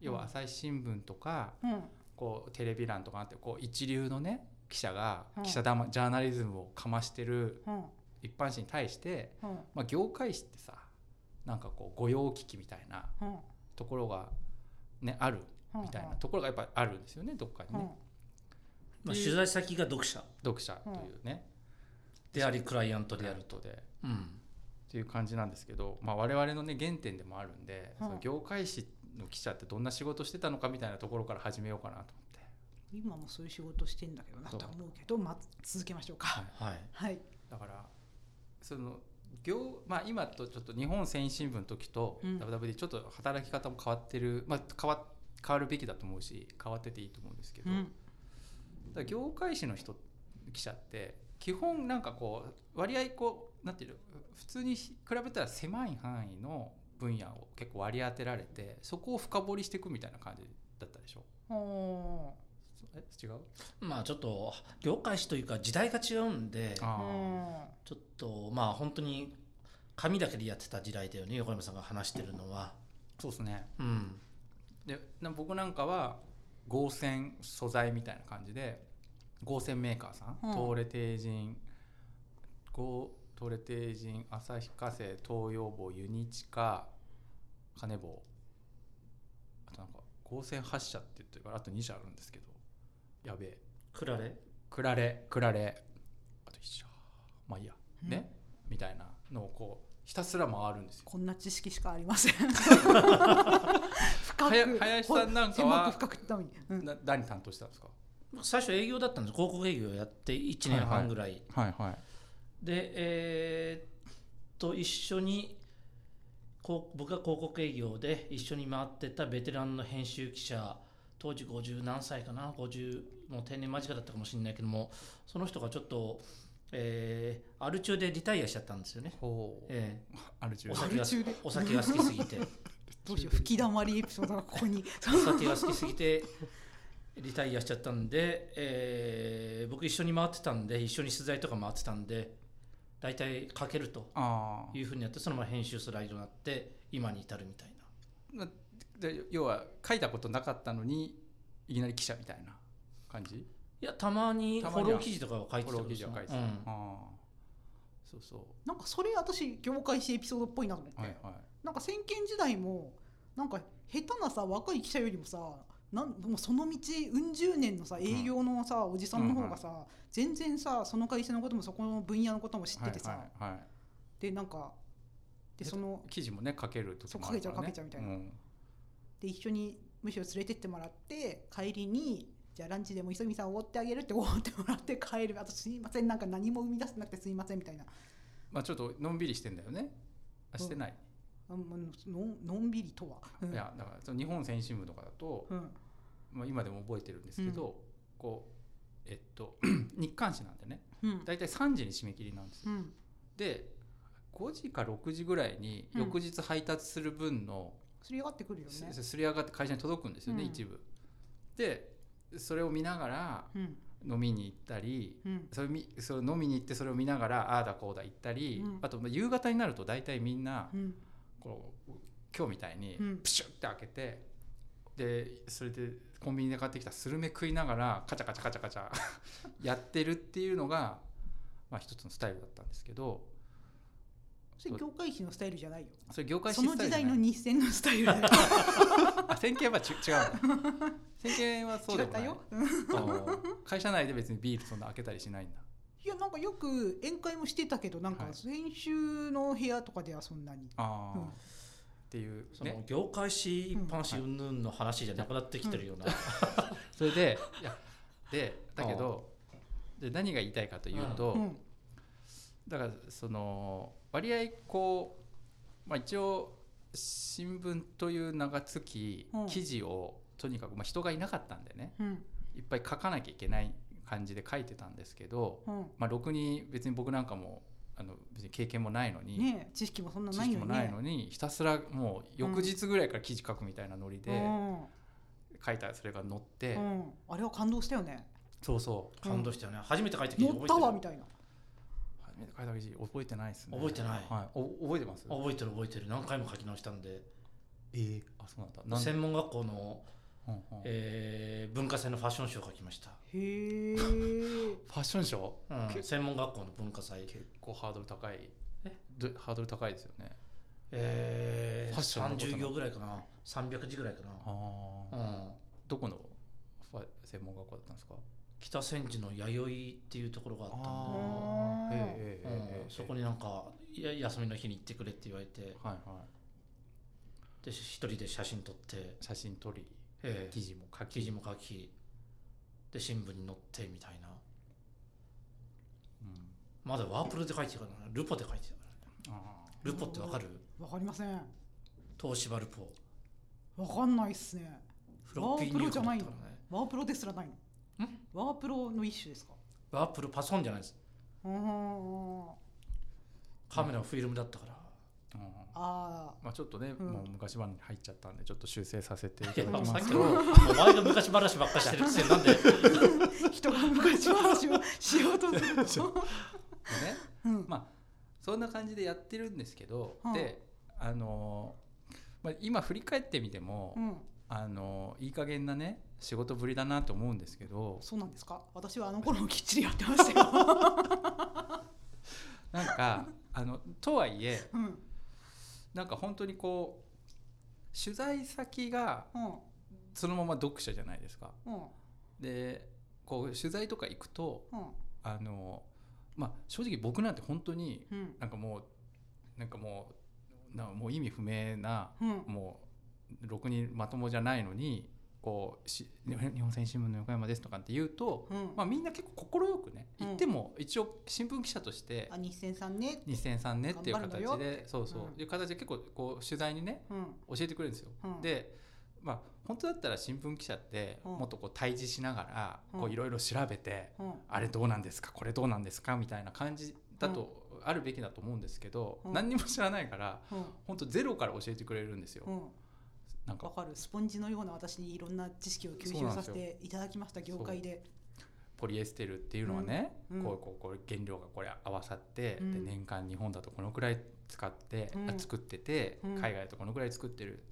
Speaker 1: 要
Speaker 3: う
Speaker 1: は
Speaker 3: ん
Speaker 1: 朝日新聞とか
Speaker 3: うん
Speaker 1: こうテレビ欄とかあってこう一流のね記者が
Speaker 3: うん
Speaker 1: 記者だまジャーナリズムをかましてる
Speaker 3: うん
Speaker 1: 一般紙に対して、
Speaker 3: うん
Speaker 1: まあ、業界誌ってさなんかこう御用聞きみたいな
Speaker 3: うん
Speaker 1: ところが、ね、ある
Speaker 3: うん
Speaker 1: みたいなところがやっぱあるんですよねどっかに
Speaker 3: う
Speaker 1: ね、
Speaker 3: ん
Speaker 2: まあ、取材先が読者
Speaker 1: 読者というね、
Speaker 2: でありクライアントで
Speaker 1: で
Speaker 2: あ
Speaker 1: あ
Speaker 2: る
Speaker 1: る
Speaker 2: と、
Speaker 1: とで。
Speaker 2: うん、
Speaker 1: っていう感じなんですけど、まあ、我々のね原点でもあるんで、
Speaker 3: うん
Speaker 1: その業界誌の記者ってどんな仕事してたのかみたいなところから始めようかなと思って、
Speaker 3: 今もそういう仕事してんだけどなとは思うけどまあ続けましょうか
Speaker 1: はい
Speaker 2: はい
Speaker 3: はい
Speaker 1: だからその業、まあ、今とちょっと日本繊維新聞の時と
Speaker 3: うん
Speaker 1: WWD ちょっと働き方も変わってる、まあ、変わ変わるべきだと思うし変わってていいと思うんですけど、
Speaker 3: うん
Speaker 1: だから業界誌の人記者って基本なんかこう割合こうなんていうの普通に比べたら狭い範囲の分野を結構割り当てられてそこを深掘りしていくみたいな感じだったでしょ
Speaker 3: お
Speaker 1: そえ違う
Speaker 2: まあちょっと業界史というか時代が違うんで
Speaker 1: あ
Speaker 3: ー
Speaker 1: ー
Speaker 2: ちょっとまあ本当に紙だけでやってた時代だよね横山さんが話してるのは。
Speaker 1: そうですね
Speaker 2: うん
Speaker 1: でな僕なんかは合成素材みたいな感じで合成メーカーさん、
Speaker 3: うん
Speaker 1: 東レ帝人ゴー東レ帝人旭化成東洋坊ユニチカ金坊あとなんか合成発社って言ってるからあと2社あるんですけどやべえ
Speaker 2: クラレ
Speaker 1: クラレクラレあと1社まあいいや、
Speaker 3: うん
Speaker 1: ねみたいなのをこうひたすら回るんですよ
Speaker 3: こんな知識しかありません 深
Speaker 1: はや
Speaker 3: く
Speaker 1: 林さんなんか
Speaker 3: 狭
Speaker 1: は
Speaker 3: く深くために、うん
Speaker 1: な何担当してたんですか
Speaker 2: 最初営業だったんです広告営業やって1年半ぐらい、
Speaker 1: はいはい
Speaker 2: でえーっと一緒にこう僕が広告営業で一緒に回ってたベテランの編集記者当時50何歳かな50もう定年間近だったかもしれないけどもその人がちょっと、えーアル中でリタイアしちゃったんですよね、
Speaker 1: ほう
Speaker 2: え
Speaker 1: ある中
Speaker 2: ーお
Speaker 1: で
Speaker 2: 酒が
Speaker 3: アル中で
Speaker 2: お酒が好きすぎて
Speaker 3: どうしよう吹きだまりエピソードがここに
Speaker 2: お酒が好きすぎてリタイアしちゃったんで、えー僕一緒に回ってたんで一緒に取材とか回ってたんで大体かけると
Speaker 1: あ
Speaker 2: いうふうにやってそのまま編集スライドになって今に至るみたいな
Speaker 1: あで要は書いたことなかったのにいきなり記者みたいな感じ
Speaker 2: いやたまにフ
Speaker 1: たまには
Speaker 2: ォロー記事とかを書いて
Speaker 1: フォロ
Speaker 2: た
Speaker 1: ー
Speaker 2: こと
Speaker 1: 記
Speaker 2: です
Speaker 1: 事
Speaker 2: よ
Speaker 1: を書いてた、
Speaker 2: うん
Speaker 1: ああそうそ
Speaker 3: なんかそれ私業界史エピソードっぽいなと思って、
Speaker 1: うはいはい
Speaker 3: なんか先見時代もなんか下手なさ若い記者よりもさなんもうその道うん十年のさ営業のさ、おじさんの方がさ、全然さその会社のこともそこの分野のことも知っててさ、
Speaker 1: はいはいはい
Speaker 3: でなんかでその
Speaker 1: 記事もね書けるともあるから、ね、
Speaker 3: そう書けちゃう書けちゃうみたいなんで一緒にむしろ連れてってもらって帰りにじゃあランチでも磯見さんおごってあげるっておごってもらって帰るあとすいませんなんか何も生み出せなくてすいませんみたいな
Speaker 1: まあちょっとのんびりしてんだよねあしてない、
Speaker 3: うんうんのんのんびりとは。うん
Speaker 1: いやだからその日本先進部とかだと、
Speaker 3: うん
Speaker 1: まあ、今でも覚えてるんですけど、こうえっと 日刊誌なんでね
Speaker 3: うん
Speaker 1: 大体3時に締め切りなんですよ
Speaker 3: うん
Speaker 1: で5時か6時ぐらいに翌日配達する分の
Speaker 3: すり上がってくるよ
Speaker 1: す,、
Speaker 3: ね。
Speaker 1: すり上がって会社に届くんですよね、
Speaker 3: うん
Speaker 1: 一部。でそれを見ながら
Speaker 3: うん
Speaker 1: 飲みに行ったり
Speaker 3: うん
Speaker 1: それみそれ飲みに行ってそれを見ながらああだこうだ行ったり、
Speaker 3: うん
Speaker 1: あとまあ夕方になると大体みんな
Speaker 3: うん
Speaker 1: こう今日みたいに
Speaker 3: うん
Speaker 1: プシュって開けて、でそれでコンビニで買ってきたスルメ食いながらカチャカチャカチャカチ ャやってるっていうのが、まあ、一つのスタイルだったんですけど
Speaker 3: それ業界誌のスタイルじゃないよ。
Speaker 1: それ業界
Speaker 3: そ
Speaker 1: シ
Speaker 3: の
Speaker 1: スタイ
Speaker 3: 時
Speaker 1: ルじゃ
Speaker 3: 代
Speaker 1: な
Speaker 3: の
Speaker 1: い
Speaker 3: 日戦のスタイルだよ。
Speaker 1: あ先見はち違うん だ先見は そう
Speaker 3: 違
Speaker 1: で
Speaker 3: っ
Speaker 1: も
Speaker 3: た
Speaker 1: ない
Speaker 3: よ。うん
Speaker 1: うん会社内で別にビールそんな開けたりしないんだ
Speaker 3: いやなんかよく宴会もしてたけどなん
Speaker 1: は
Speaker 3: か
Speaker 1: い
Speaker 3: 先週の部屋とかではそんなに。
Speaker 1: ああ、
Speaker 3: うん
Speaker 1: っていう
Speaker 2: その
Speaker 1: ね
Speaker 2: 業界史一般史
Speaker 1: うん
Speaker 2: 云々の話じゃなくなってきてるような、
Speaker 1: それ でいやでだけどで何が言いたいかというと、
Speaker 3: うん
Speaker 1: だからその割合こう、まあ、一応新聞という名が付き
Speaker 3: うん
Speaker 1: 記事をとにかく、まあ、人がいなかったんでね
Speaker 3: うん
Speaker 1: いっぱい書かなきゃいけない感じで書いてたんですけど、
Speaker 3: うん。
Speaker 1: まあ、ろくに別に僕なんかもあの別に経験もないのに、
Speaker 3: ねえ知識もそんな
Speaker 1: 知
Speaker 3: ない
Speaker 1: 識
Speaker 3: よ
Speaker 1: も
Speaker 3: ね。
Speaker 1: ないのにひたすらもう翌日ぐらいから記事書くみたいなノリで、
Speaker 3: うん
Speaker 1: 書いたそれが載って、
Speaker 3: うん、あれは感動したよね
Speaker 1: そうそう
Speaker 2: 感動したよね、初めて書いた時
Speaker 3: 乗ったわ
Speaker 2: 覚
Speaker 3: みたいな
Speaker 1: 初めて書いた記事覚えてないですね
Speaker 2: 覚えてない
Speaker 1: はい、お覚えてます
Speaker 2: えてる覚えてる何回も書き直したんで
Speaker 1: えー、あそうなんだなん
Speaker 2: 専門学校の、
Speaker 1: うんうん
Speaker 2: えー文化祭のファッションショーを書きました、
Speaker 3: へえ
Speaker 1: ファッションショー
Speaker 2: うん、専門学校の文化祭
Speaker 1: 結構ハードル高い
Speaker 2: え
Speaker 1: どハードル高いですよね
Speaker 2: え
Speaker 1: ファッションの
Speaker 2: ー、
Speaker 1: ことなの
Speaker 2: 30行ぐらいかな300字ぐらいかな、
Speaker 1: ああ、
Speaker 2: うん、
Speaker 1: どこのファ専門学校だったんですか
Speaker 2: 北千住の弥生っていうところがあったん
Speaker 3: あ
Speaker 2: で
Speaker 1: あー
Speaker 3: うん
Speaker 1: ええええええ
Speaker 2: うんそこになんかや休みの日に行ってくれって言われて
Speaker 1: はいはい
Speaker 2: で一人で写真撮って、
Speaker 1: 写真撮り
Speaker 2: ええ
Speaker 1: 記事も書
Speaker 2: 記
Speaker 1: き
Speaker 2: 事も書きで新聞に載ってみたいな
Speaker 1: うん
Speaker 2: まだワープルで書いてるからなルポで書いてるからね
Speaker 1: あ
Speaker 2: ルポってわかる
Speaker 3: わかりません
Speaker 2: 東芝ルポ
Speaker 3: わかんないっすね
Speaker 2: フロッピー
Speaker 3: ワープ
Speaker 2: 入力
Speaker 3: ロじ
Speaker 2: だ
Speaker 3: ゃ
Speaker 2: ったか
Speaker 3: な
Speaker 2: ら
Speaker 3: い
Speaker 2: ね
Speaker 3: のワープロですらないの
Speaker 2: ん
Speaker 3: ワープロの一種ですか
Speaker 2: ワープルパソンじゃないです
Speaker 3: うーん
Speaker 2: カメラはフィルムだったから、
Speaker 1: ーうん
Speaker 3: あ
Speaker 1: まあちょっとね、
Speaker 3: ん
Speaker 1: もう昔話に入っちゃったんでちょっと修正させてい
Speaker 2: い
Speaker 1: ただ
Speaker 2: や
Speaker 1: き
Speaker 2: さ
Speaker 1: ま
Speaker 2: っ
Speaker 1: す
Speaker 2: き
Speaker 1: け
Speaker 2: の
Speaker 1: ど
Speaker 2: お前が昔話ばっかりしてるくせにな んで
Speaker 3: あ人が昔話をしようと すると
Speaker 1: ね
Speaker 3: うん
Speaker 1: まあそんな感じでやってるんですけど、
Speaker 3: うん
Speaker 1: であのーまあ、今振り返ってみても、
Speaker 3: うん
Speaker 1: あのーいい加減なね仕事ぶりだなと思うんですけど
Speaker 3: そうなんですか私はあの頃もきっちりやってまし たよ
Speaker 1: なんかあのとはいえ
Speaker 3: うんうん
Speaker 1: なんか本当にこう取材先がそのまま読者じゃないですか。
Speaker 3: うん
Speaker 1: でこう取材とか行くと
Speaker 3: うん
Speaker 1: あの、まあ、正直僕なんて本当に
Speaker 3: うん
Speaker 1: なんかもうなんかもうなもう意味不明な
Speaker 3: うん
Speaker 1: もうろくにまともじゃないのにこうし日本戦新聞の横山ですとかって言うと、
Speaker 3: うん
Speaker 1: まあ、みんな結構快くね
Speaker 3: うん
Speaker 1: 言っても一応新聞記者として
Speaker 3: あ日鮮さんね
Speaker 1: 2003ねっていう
Speaker 3: 頑張るのよ
Speaker 1: 形でそうそう
Speaker 3: うん
Speaker 1: いう形で結構こう取材にね
Speaker 3: うん
Speaker 1: 教えてくれるんですよ。
Speaker 3: うん
Speaker 1: でまあ本当だったら新聞記者って
Speaker 3: うん
Speaker 1: もっとこう対峙しなが
Speaker 3: う
Speaker 1: ら
Speaker 3: ん
Speaker 1: こういろいろ調べて
Speaker 3: うん
Speaker 1: あれどうなんですかこれどうなんですかみたいな感じだとあるべきだと思うんですけど
Speaker 3: うん
Speaker 1: 何にも知らないから
Speaker 3: うん
Speaker 1: 本当ゼロから教えてくれるんですよ
Speaker 3: う。ん
Speaker 1: なんか
Speaker 3: わかるスポンジのような私にいろんな知識を吸収させていただきました
Speaker 1: そう
Speaker 3: 業界で
Speaker 1: ポリエステルっていうのはね、
Speaker 3: うん
Speaker 1: こうこうこう原料がこれ合わさって、
Speaker 3: うん
Speaker 1: で年間日本だとこのくらい使って、
Speaker 3: うん
Speaker 1: あ作ってて、
Speaker 3: うん
Speaker 1: 海外だとこのくらい作ってる、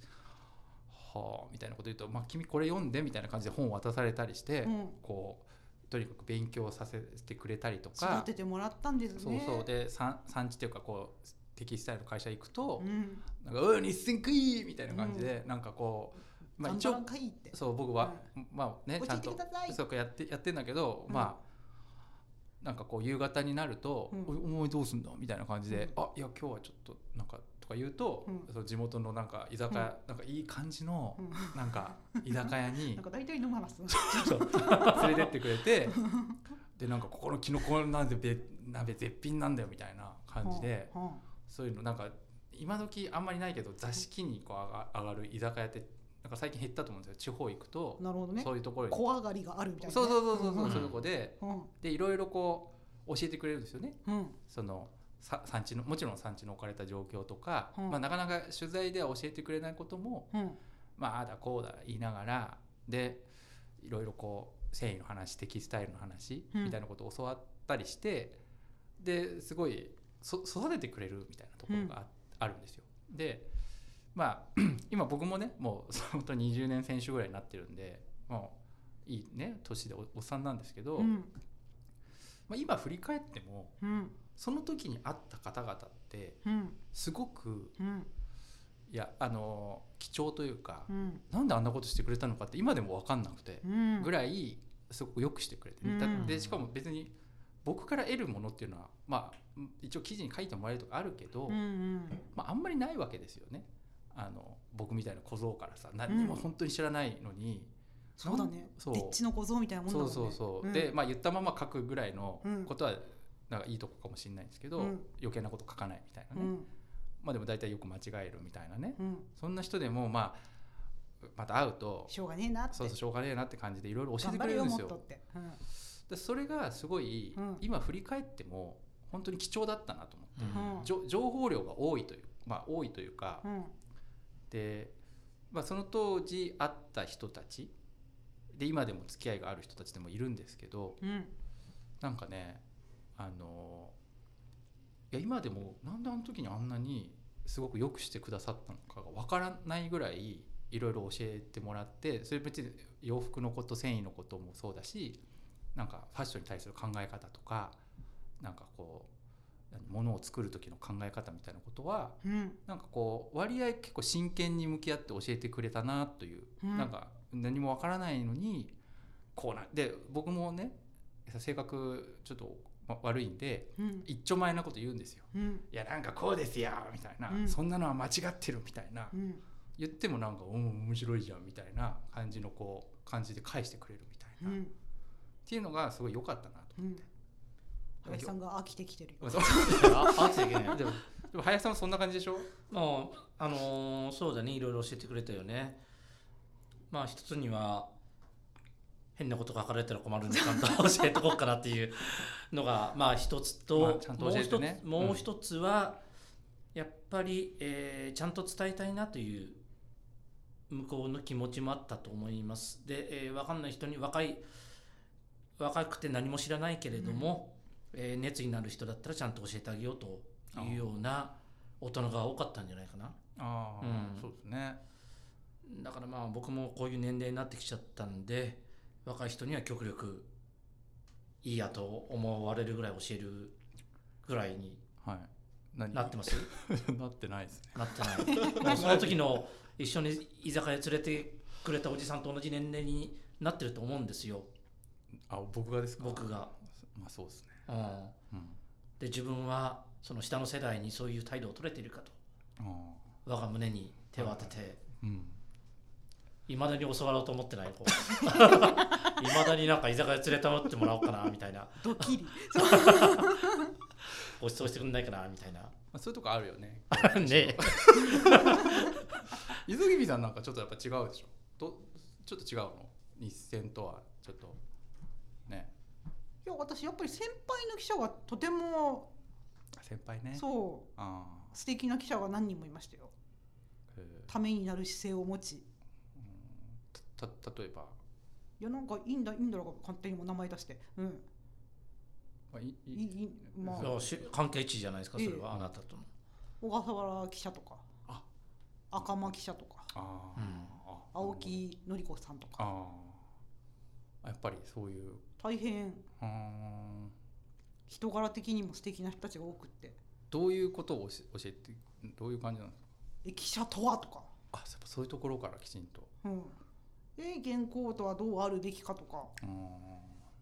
Speaker 1: はあみたいなこと言うと「まあ、君これ読んで」みたいな感じで本を渡されたりして、
Speaker 3: うん
Speaker 1: こうとにかく勉強させてくれたりと
Speaker 3: 育
Speaker 1: か、
Speaker 3: ててもらったんですね
Speaker 1: そうそうで産産地というかこうテキスタイルの会社行くと
Speaker 3: うん
Speaker 1: 「なんかうん日清食い!」みたいな感じで、なんかこう、まあ、
Speaker 3: 頑
Speaker 1: 一
Speaker 3: 張ら
Speaker 1: 応
Speaker 3: んかいって
Speaker 1: そう僕は、まあねちゃ
Speaker 3: 教え
Speaker 1: ん
Speaker 3: て
Speaker 1: と
Speaker 3: ください
Speaker 1: そうかやってやってんだけど、
Speaker 3: うん
Speaker 1: まあなんかこう夕方になると
Speaker 3: うん
Speaker 1: 「おお前どうすんだ?」みたいな感じで「
Speaker 3: う
Speaker 1: あいや今日はちょっとなんか」とか言うと、
Speaker 3: うん
Speaker 1: その地元のなんか居酒屋、なんかいい感じの
Speaker 3: うん
Speaker 1: なんか居酒屋に
Speaker 3: なんか大体飲まなす
Speaker 1: そう連れてってくれ てでなんかここのキノコなんでべ鍋絶品なんだよみたいな感じで、
Speaker 3: うんうん
Speaker 1: そういうのなんか今時あんまりないけど座敷にこうあが上がる居酒屋ってなんか最近減ったと思うんですよ地方行くと、
Speaker 3: なるほどね
Speaker 1: そういうところに
Speaker 3: 小上がりがあるみたいなね
Speaker 1: そうそうそうそうそう、
Speaker 2: うん
Speaker 1: そういうとこで
Speaker 3: うん
Speaker 1: でいろいろこう教えてくれるんですよね
Speaker 3: うん
Speaker 1: そのさ産地のもちろん産地の置かれた状況とか、
Speaker 3: うん
Speaker 1: まあ、なかなか取材では教えてくれないことも
Speaker 3: うん
Speaker 1: まあああだこうだ言いながらでいろいろこう繊維の話テキスタイルの話
Speaker 3: うん
Speaker 1: みたいなことを教わったりして、ですごいそ育ててくれるみたいなところがあ,、あるんですよ。でまあ 今僕もねもう 本当20年選手ぐらいになってるんでもういいね年でおおっさんなんですけど、
Speaker 3: うん
Speaker 1: まあ、今振り返っても
Speaker 3: うん
Speaker 1: その時に会った方々って
Speaker 3: うん
Speaker 1: すごく
Speaker 3: うん
Speaker 1: いやあの貴重というか、
Speaker 3: うん
Speaker 1: なんであんなことしてくれたのかって今でも分かんなくて、
Speaker 3: うん
Speaker 1: ぐらいすごくよくしてくれて、ねだ
Speaker 3: うん
Speaker 1: でしかも別に僕から得るものっていうのはまあ一応記事に書いてもらえるとかあるけど、
Speaker 3: うんうん
Speaker 1: まあ、あんまりないわけですよねあの僕みたいな小僧からさ何にも本当に知らないのに、
Speaker 3: そうだね
Speaker 1: そう
Speaker 3: エッチの小僧みたいなもんだ
Speaker 1: そ
Speaker 3: もん
Speaker 1: う
Speaker 3: ね
Speaker 1: そうそう、
Speaker 3: ん
Speaker 1: で、まあ、言ったまま書くぐらいの
Speaker 3: うん
Speaker 1: ことはなんかいいとこかもしれないんですけど、
Speaker 3: うん
Speaker 1: 余計なこと書かないみたいな
Speaker 3: う
Speaker 1: ね、
Speaker 3: ん
Speaker 1: まあでも大体よく間違えるみたいなね、
Speaker 3: うん
Speaker 1: そんな人でもまあまた会うと
Speaker 3: しょうがねえなって
Speaker 1: そうそうしょうがねえなって感じでいろいろ教え
Speaker 3: 頑
Speaker 1: て
Speaker 3: 張
Speaker 1: くれ
Speaker 3: れ
Speaker 1: る
Speaker 3: よ
Speaker 1: んです
Speaker 3: もっ
Speaker 1: よ
Speaker 3: とってうん
Speaker 1: でそれがすごい、
Speaker 3: うん
Speaker 1: 今振り返っても本当に貴重だったなと思って、
Speaker 3: うん
Speaker 1: じょ情報量が多いというまあ多いというか、
Speaker 3: うん
Speaker 1: でまあ、その当時会った人たちで今でも付き合いがある人たちでもいるんですけど
Speaker 3: うん
Speaker 1: なんかねあのいや今でもなんであの時にあんなにすごくよくしてくださったのかがわからないぐらいいろいろ教えてもらってそれ別に洋服のこと繊維のこともそうだしなんかファッションに対する考え方とかなんかこう物を作る時の考え方みたいなことは
Speaker 3: うん
Speaker 1: なんかこう割合結構真剣に向き合って教えてくれたなという、
Speaker 3: うん
Speaker 1: なんか何もわからないのにこうなんで僕もね性格ちょっとま悪いんで
Speaker 3: うん
Speaker 1: 一丁前なこと言うんですよ。
Speaker 3: うん
Speaker 1: いやなんかこうですよみたいな、
Speaker 3: うん
Speaker 1: そんなのは間違ってるみたいな、
Speaker 3: うん
Speaker 1: 言ってもなんかうん面白いじゃんみたいな感じのこう感じで返してくれるみたいうな、っ
Speaker 3: ん
Speaker 1: ていうのがすごい良かったな と。
Speaker 3: うん林さんが飽きてきてるよ
Speaker 2: あっていけない
Speaker 1: でもでも林さんもそんな感じでしょ、
Speaker 2: もうあのーそうだねいろいろ教えてくれたよねまあ一つには変なことが書かれたら困るんでち ゃんと教えてこうかなっていうのがまあ一つと,、
Speaker 1: まあちゃんと教えてね
Speaker 2: も
Speaker 1: う
Speaker 2: う一つもうん一つは、やっぱり、えーちゃんと伝えたいなという向こうの気持ちもあったと思いますで、えー、分かんない人に若い若くて何も知らないけれども、えー熱意のある人だったらちゃんと教えてあげようというような大人が多かったんじゃないかな
Speaker 1: あ
Speaker 2: ー
Speaker 1: そうですね。
Speaker 2: だからまあ僕もこういう年齢になってきちゃったんで若い人には極力いいやと思われるぐらい教えるぐらいに
Speaker 1: はい。何
Speaker 2: なってます
Speaker 1: なってないですね。
Speaker 2: なってないもうその時の一緒に居酒屋連れてくれたおじさんと同じ年齢になってると思うんですよ、
Speaker 1: あ、僕がですか。
Speaker 2: 僕が。
Speaker 1: まあ、そうですね。
Speaker 2: うん、
Speaker 1: うん。
Speaker 2: で自分はその下の世代にそういう態度を取れているかと
Speaker 1: あ
Speaker 2: 我が胸に手を当てて
Speaker 1: ーうん。
Speaker 2: いまだに教わろうと思ってない いまだになんか居酒屋連れてってもらおうかなみたいな
Speaker 3: ドキリ
Speaker 2: ご馳走してくんないかなみたいな
Speaker 1: まあ、そういうとこあるよね。
Speaker 2: あるね
Speaker 1: 伊豆君さんなんかちょっとやっぱ違うでしょ。ど、ちょっと違うの。日線とはちょっとね。
Speaker 3: いや私やっぱり先輩の記者がとても
Speaker 1: あ先輩ね。う。
Speaker 3: そう
Speaker 1: あ
Speaker 3: 素敵な記者が何人もいましたよ
Speaker 1: ーへー
Speaker 3: ためになる姿勢を持ちい
Speaker 1: たた例えば、
Speaker 3: やなんかいいんだいいんだろうが勝手にも名前出してうん
Speaker 1: まあ、いい
Speaker 3: いいいいま
Speaker 1: そ
Speaker 3: あ
Speaker 1: う
Speaker 2: し関係値じゃないですかそれは、
Speaker 3: え
Speaker 2: あなたとの
Speaker 3: 小笠原記者とか
Speaker 1: あ
Speaker 3: 赤間記者とか
Speaker 1: あー、
Speaker 2: うん
Speaker 1: あ
Speaker 3: 青。木紀子さんと
Speaker 1: なるほど
Speaker 3: か
Speaker 1: ああ。やっぱりそういう。
Speaker 3: 大変
Speaker 1: うーん。
Speaker 3: 人柄的にも素敵な人たちが多くって
Speaker 1: どういうことを教え教えて、どういう感じなんですか。
Speaker 3: え記者とはとか、
Speaker 1: あ、やっぱそういうところからきちんと。
Speaker 3: うん、え原稿とはどうあるべきかとか
Speaker 1: う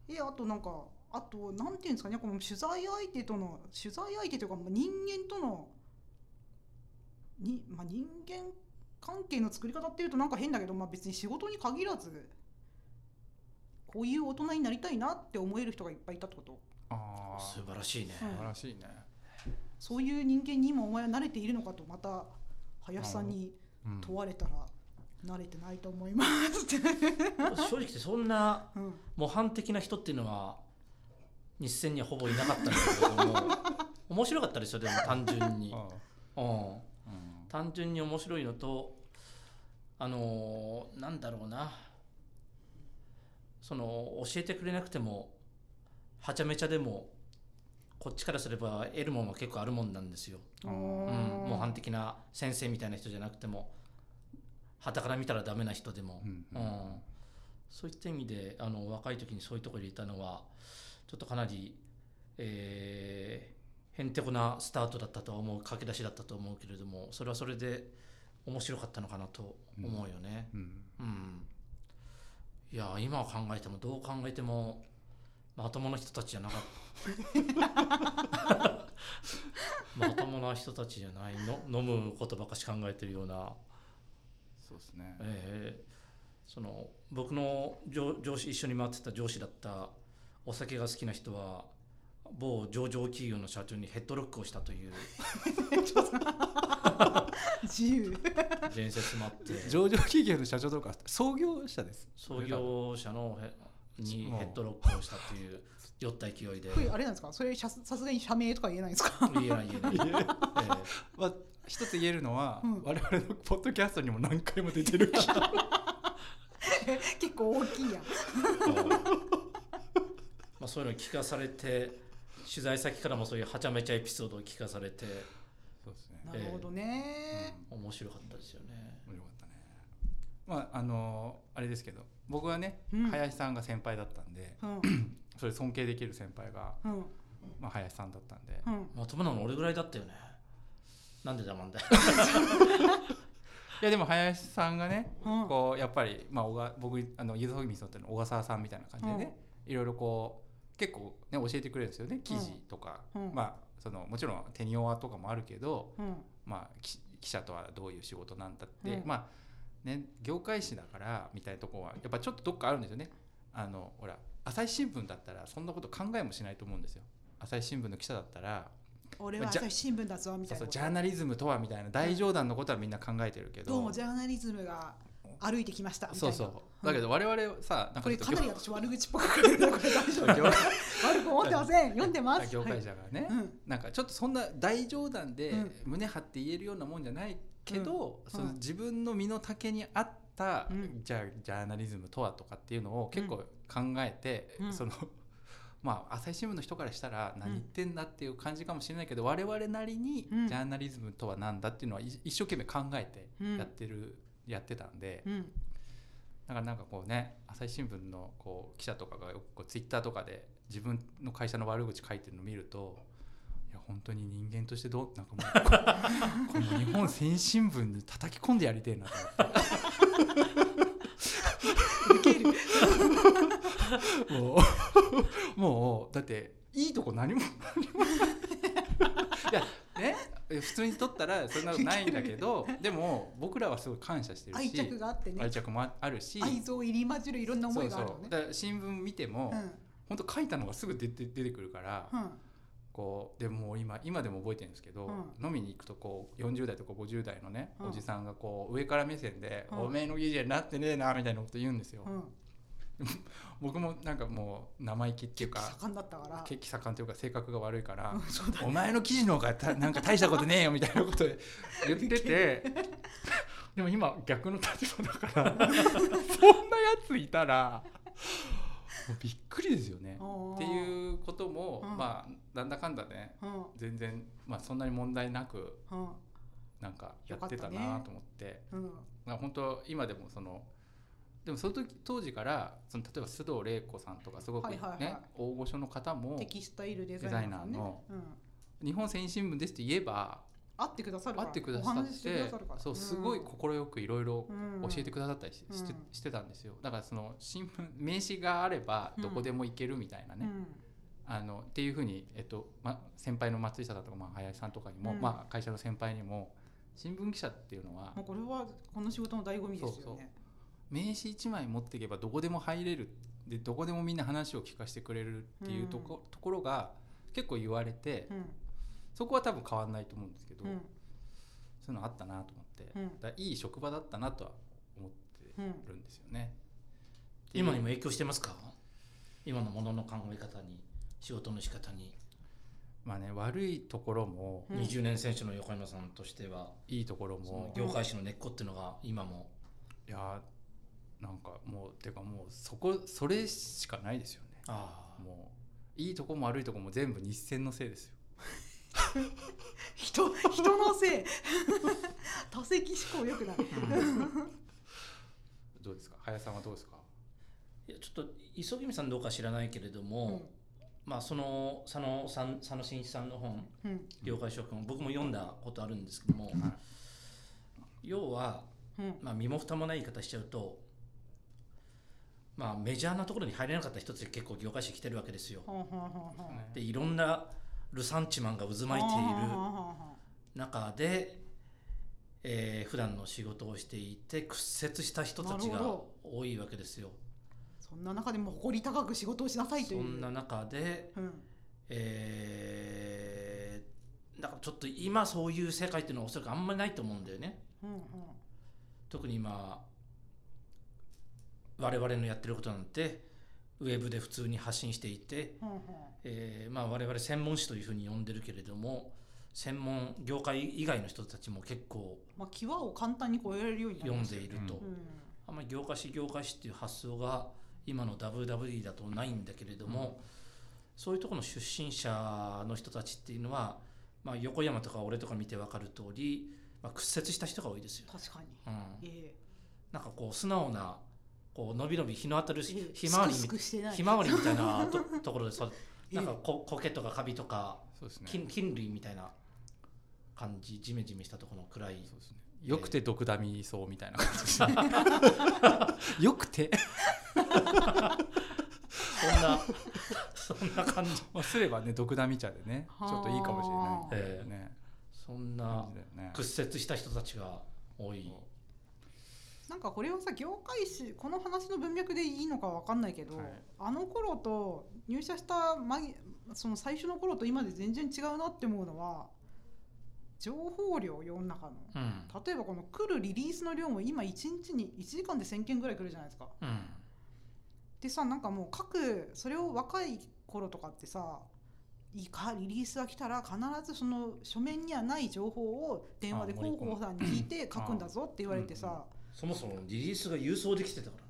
Speaker 1: ーん
Speaker 3: えあとなんかあとなんていうんですかねこの取材相手との取材相手というかまあ人間とのに、まあ、人間関係の作り方っていうとなんか変だけど、まあ、別に仕事に限らずこういう大人になりたいなって思える人がいっぱいいたってこと
Speaker 1: ああ
Speaker 2: 素
Speaker 1: 素
Speaker 2: 晴らしいね、
Speaker 3: うん
Speaker 1: 晴らしいね。
Speaker 3: そういう人間に今お前は慣れているのかとまた林さんに
Speaker 1: うん
Speaker 3: 問われたら慣れてないと思いま すって、
Speaker 2: 正直そんな
Speaker 3: うん、
Speaker 2: 模範的な人っていうのは日戦にはほぼいなかったんですけれども面白かったですよでも単純に、
Speaker 1: あ
Speaker 2: うん、
Speaker 1: あうん
Speaker 2: 単純に面白いのとあのーなんだろうなその教えてくれなくてもはちゃめちゃでもこっちからすれば得るもんは結構あるもんなんですよ、
Speaker 1: あー
Speaker 2: うん、模範
Speaker 3: 定
Speaker 2: 的な先生みたいな人じゃなくても傍から見たらダメな人でも、
Speaker 1: うん
Speaker 2: うんそういった意味であの若い時にそういうところにいたのはちょっとかなり、えー、へんてこなスタートだったとは思う駆け出しだったと思うけれどもそれはそれで面白かったのかなと思うよね。
Speaker 1: うん
Speaker 2: うんいや今考えてもどう考えてもまともな人たちじゃなかった まともな人たちじゃないの飲むことばっかし考えてるような。
Speaker 1: そうですね。
Speaker 2: えーその僕の上上司一緒に回ってた上司だったお酒が好きな人は某上場企業の社長にヘッドロックをしたという
Speaker 3: 自由
Speaker 2: 伝説もあ って
Speaker 1: 上場企業の社長とか創業者です。
Speaker 2: 創業者のへにヘッドロックをしたという酔った勢いで
Speaker 3: これあれなんですかそれさすさすがに社名とか言えないんですか
Speaker 2: 言えない言えない、えー
Speaker 1: まあ一つ言えるのは、
Speaker 3: うん
Speaker 1: 我々のポッドキャストにも何回も出てる 気が
Speaker 3: 結構大きいやん
Speaker 2: まあ、そういうのを聞かされて取材先からもそういうはちゃめちゃエピソードを聞かされて
Speaker 1: そうですね
Speaker 3: なるほどね、
Speaker 2: 面白かったですよね。
Speaker 1: よかったねまああのあれですけど僕はね、
Speaker 3: うん
Speaker 1: 林さんが先輩だったんで
Speaker 3: うん
Speaker 1: それ尊敬できる先輩が、
Speaker 3: うん
Speaker 1: まあ、林さんだったんで、
Speaker 3: うん
Speaker 2: まともなの俺ぐらいだったよね。なんでだまんだよ。
Speaker 1: いやでも林さんがね、
Speaker 3: うん
Speaker 1: こうやっぱり、まあ、小川僕あのゆずほぎみそっていうのは小笠原さんみたいな感じでね、いろいろこう結構ね教えてくれるんですよね記事とか、
Speaker 3: うんうん
Speaker 1: まあそのもちろんテニオワとかもあるけど、
Speaker 3: うん
Speaker 1: まあ、記記者とはどういう仕事なんだって、
Speaker 3: うん
Speaker 1: まあね業界誌だからみたいなところはやっぱちょっとどっかあるんですよねあのほら朝日新聞だったらそんなこと考えもしないと思うんですよ朝日新聞の記者だったら
Speaker 3: 俺は朝日新聞だぞみ
Speaker 1: そう
Speaker 3: たい
Speaker 1: そ
Speaker 3: な
Speaker 1: うジャーナリズムとはみたいな大冗談のことはみんな考えてるけど
Speaker 3: どうもジャーナリズムが歩いてきましたみたい
Speaker 1: そう
Speaker 3: な
Speaker 1: そうだけど我々さなん
Speaker 3: こ
Speaker 1: か
Speaker 3: れ
Speaker 1: ちょっと
Speaker 3: かなり
Speaker 1: 業
Speaker 3: 私悪口っぽく書いてるこれ 大丈夫
Speaker 1: 業
Speaker 3: 悪く思ってません 読んでます
Speaker 1: 業界
Speaker 3: はい
Speaker 1: 者がね、
Speaker 3: うん
Speaker 1: なんかちょっとそんな大冗談で
Speaker 3: うん
Speaker 1: 胸張って言えるようなもんじゃないけど、
Speaker 3: うん
Speaker 1: その
Speaker 3: うん
Speaker 1: 自分の身の丈に合った、
Speaker 3: うん
Speaker 1: じゃあジャーナリズムとはとかっていうのを結構考えて、
Speaker 3: うん
Speaker 1: その。 まあ、朝日新聞の人からしたら何言ってんだっていう感じかもしれないけど、我々なりに
Speaker 3: うん
Speaker 1: ジャーナリズムとは何だっていうのはい一生懸命考えて
Speaker 3: うん
Speaker 1: やってる、やってたんで、
Speaker 3: うん
Speaker 1: だからなんかこうね朝日新聞のこう記者とかがよくこうツイッターとかで自分の会社の悪口書いてるのを見るといや本当に人間としてどうなんかもうこの日本先進聞に叩き込んでやりてえなと 思って。もうもうだっていいとこ何も何もないいやね普通に撮ったらそんなことないんだけどでも僕らはすごい感謝してるし
Speaker 3: 愛着があってね
Speaker 1: 愛着もああるし
Speaker 3: 愛憎入り混じるいろんな思いがあるの
Speaker 1: そうそう
Speaker 3: ね
Speaker 1: だから新聞見ても、本当書いたのがすぐ出て出てくるから、
Speaker 3: うんうん
Speaker 1: こうでもう今今でも覚えてるんですけど、
Speaker 3: う
Speaker 1: 飲みに行くとこう40代とか50代のね、
Speaker 3: うん
Speaker 1: おじさんがこう上から目線で「
Speaker 3: うん
Speaker 1: おめえの記事になってねえな」みたいなこと言うんですよ。
Speaker 3: うん
Speaker 1: 僕もなんかもう生意気っていうか
Speaker 3: 盛んだったから
Speaker 1: 血気盛んというか性格が悪いから「お前の記事の方がたなん か大したことねえよ」みたいなこと言ってて でも今逆の立場だから そんなやついたらもうびっくりですよね。って
Speaker 3: う
Speaker 1: いうことも、
Speaker 3: うん
Speaker 1: まあなんだかんだね
Speaker 3: んうん
Speaker 1: 全然、まあ、そんなに問題なく
Speaker 3: うん
Speaker 1: なんかや
Speaker 3: よか
Speaker 1: っ
Speaker 3: ってたね
Speaker 1: たなと思って、
Speaker 3: うん
Speaker 1: まあ、本当今でもそのでもその時当時からその例えば須藤玲子さんとかすごく
Speaker 3: は
Speaker 1: ね、
Speaker 3: いはいはい
Speaker 1: 大御所の方も
Speaker 3: テキスタイルデザイナーさん
Speaker 1: デザイナー
Speaker 3: ね
Speaker 1: の
Speaker 3: う
Speaker 1: 「
Speaker 3: ん
Speaker 1: 日本繊維新聞です」って言えば
Speaker 3: 会ってくださるか
Speaker 1: 会
Speaker 3: ら
Speaker 1: ってくだ
Speaker 3: お
Speaker 1: さっ
Speaker 3: 話ししててくださるから
Speaker 1: そうすごい快くいろいろ教えて
Speaker 3: く
Speaker 1: くださったりし,、
Speaker 3: うん
Speaker 1: してしてたんですよだからその新聞名刺があればどこでも行けるみたいなね、あのっていうふうに、えっとま、先輩の松下さんとか、まあ、林さんとかにも、
Speaker 3: うん
Speaker 1: まあ、会社の先輩にも新聞記者っていうのは
Speaker 3: もうこれはこの仕事の醍醐味ですよね
Speaker 1: 名刺1枚持っていけばどこでも入れるでどこでもみんな話を聞かせてくれるっていうとこ,、ところが結構言われて、
Speaker 3: うん
Speaker 1: そこは多分変わんないと思うんですけど、
Speaker 3: うん
Speaker 1: そういうのあったなと思って、
Speaker 3: う
Speaker 1: だ
Speaker 3: ん
Speaker 1: からいい職場だったなとは思って
Speaker 3: うん
Speaker 1: るんですよね。
Speaker 2: 今にも影響してますか今のものの考え方に仕事の仕方に、
Speaker 1: まあね悪いところも
Speaker 3: うん
Speaker 2: 20年選手の横山さんとしてはい
Speaker 1: いところ
Speaker 2: その
Speaker 1: も、
Speaker 2: 業界史の根っこっていうのが今も
Speaker 1: いやーなんかもうてかもうそこそれしかないですよね
Speaker 2: ああ
Speaker 1: もういいとこも悪いとこも全部日戦のせいですよ
Speaker 3: 人人のせい 多席思考よくない
Speaker 1: どうですか林さんはどうですか
Speaker 2: いやちょっと磯君さんどうか知らないけれど
Speaker 3: う
Speaker 2: も
Speaker 3: ん、
Speaker 2: まあその佐野さん佐野真一さんの本
Speaker 3: うん
Speaker 2: 「業界諸君」僕も読んだことあるんですけども、
Speaker 1: は
Speaker 2: 要は、
Speaker 3: うん
Speaker 2: まあ、身も蓋もない言い方しちゃうと、まあ、メジャーなところに入れなかった人たちが結構業界史来てるわけですよ。
Speaker 3: ほんほんほんほん
Speaker 2: でいろんなルサンチマンが渦巻いている中で、えー普段の仕事をしていて屈折した人たち
Speaker 3: なる
Speaker 2: が
Speaker 3: ほ
Speaker 2: 多いわけですよ。
Speaker 3: そんな中でも誇り高く仕事をしなさいと
Speaker 2: そ
Speaker 3: いうん
Speaker 2: な中で、
Speaker 3: うん
Speaker 2: えーだからちょっと今そういう世界っていうのはおそらくあんまりないと思うんだよね。
Speaker 3: うんうん
Speaker 2: 特に今我々のやってることなんてウェブで普通に発信していて、
Speaker 3: うんうん
Speaker 2: えーまあ、我々専門誌というふうに呼んでるけれども専門業界以外の人たちも結構
Speaker 3: まあ、際を簡単に超えられるようになり
Speaker 2: 読
Speaker 3: ま
Speaker 2: ん
Speaker 3: す
Speaker 2: でいると、
Speaker 1: う
Speaker 2: あんまり業界誌業界誌っていう発想が今の WWE だとないんだけれども、そういうところの出身者の人たちっていうのは、まあ、横山とか俺とか見て分かる通り、まあ、屈折した人が多いですよ
Speaker 3: うん、。確かに、
Speaker 2: うん、
Speaker 3: え
Speaker 2: なんかこう素直なこうのびのび日の当たる
Speaker 3: え
Speaker 2: ひまわり
Speaker 3: す
Speaker 2: み
Speaker 3: くすくしてない
Speaker 2: ひまわりみたいなとところで育っ
Speaker 3: ええ
Speaker 2: なんかこ苔とかカビとか
Speaker 1: そうですね
Speaker 2: 菌菌類みたいな感じジメジメしたところの暗い
Speaker 1: そうですねよくて毒ダミそうみたいな感じでした よくて
Speaker 2: そんな そんな感じ
Speaker 1: まあすればね毒ダミ茶でねち
Speaker 3: はあ
Speaker 1: ょっといいかもしれないね、ね
Speaker 2: そんな
Speaker 1: 感じだよね
Speaker 2: 屈折した人たちが多い
Speaker 3: なんかこれをさ業界誌この話の文脈でいいのかわかんないけど、
Speaker 1: はい
Speaker 3: あの頃と入社した前その最初の頃と今で全然違うなって思うのは情報量世の中の
Speaker 2: うん
Speaker 3: 例えばこの来るリリースの量も今1日に1時間で1,000件ぐらい来るじゃないですか。
Speaker 2: うん
Speaker 3: でさなんかもう各それを若い頃とかってさいいかリリースが来たら必ずその書面にはない情報を電話で
Speaker 1: あ盛り
Speaker 3: 広
Speaker 1: 込む
Speaker 3: 報さんに聞いて書くんだぞって言われて
Speaker 1: うんうん
Speaker 3: さ
Speaker 2: そもそもリリースが郵送できてたからね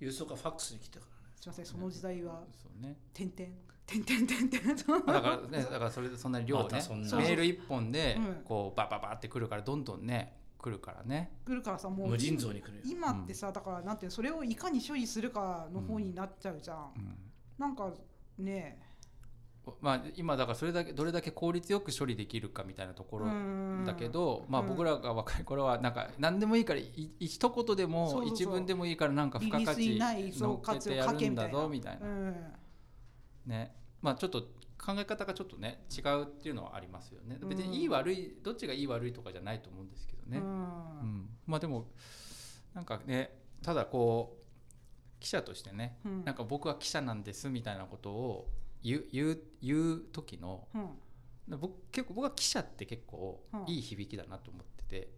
Speaker 2: 郵送かファックスできてたからね
Speaker 3: すいませんその時代は
Speaker 1: そうね
Speaker 3: 点々点々点々と
Speaker 1: まあだからねだからそれでそんなに量を
Speaker 2: ま
Speaker 1: ね
Speaker 2: たそん
Speaker 1: メ
Speaker 2: な
Speaker 1: ール一本で
Speaker 3: うん
Speaker 1: こうバババってくるからどんどんね来るからね
Speaker 3: 来るからさもう
Speaker 2: 無尽蔵に来るよ
Speaker 3: 今ってさだからなんていうのそれをいかに処理するかの方になっちゃうじゃん、
Speaker 1: うん
Speaker 3: なんかね
Speaker 1: まあ今だからそれだけどれだけ効率よく処理できるかみたいなところだ
Speaker 3: だ
Speaker 1: けど、まあ、
Speaker 3: うん
Speaker 1: 僕らが若い頃はなんか何でもいいからいい一言で
Speaker 3: そう
Speaker 1: も
Speaker 3: そうそう
Speaker 1: 一文でもいいからなんか付加価
Speaker 3: リリース
Speaker 1: 値
Speaker 3: にないそう
Speaker 1: 乗っけてやるんだぞみたいな、
Speaker 3: うん
Speaker 1: ねまあちょっと考え方がちょっとね違うっていうのはありますよね別にいい
Speaker 3: うん
Speaker 1: 悪いどっちがいい悪いとかじゃないと思うんですけどね、
Speaker 3: う
Speaker 1: うんんまあでもなんかねただこう記者としてね
Speaker 3: うん
Speaker 1: なんか僕は記者なんですみたいなことを言う言う言う時の
Speaker 3: うん
Speaker 1: 僕結構僕は記者って結構
Speaker 3: うん
Speaker 1: いい響きだなと思ってて、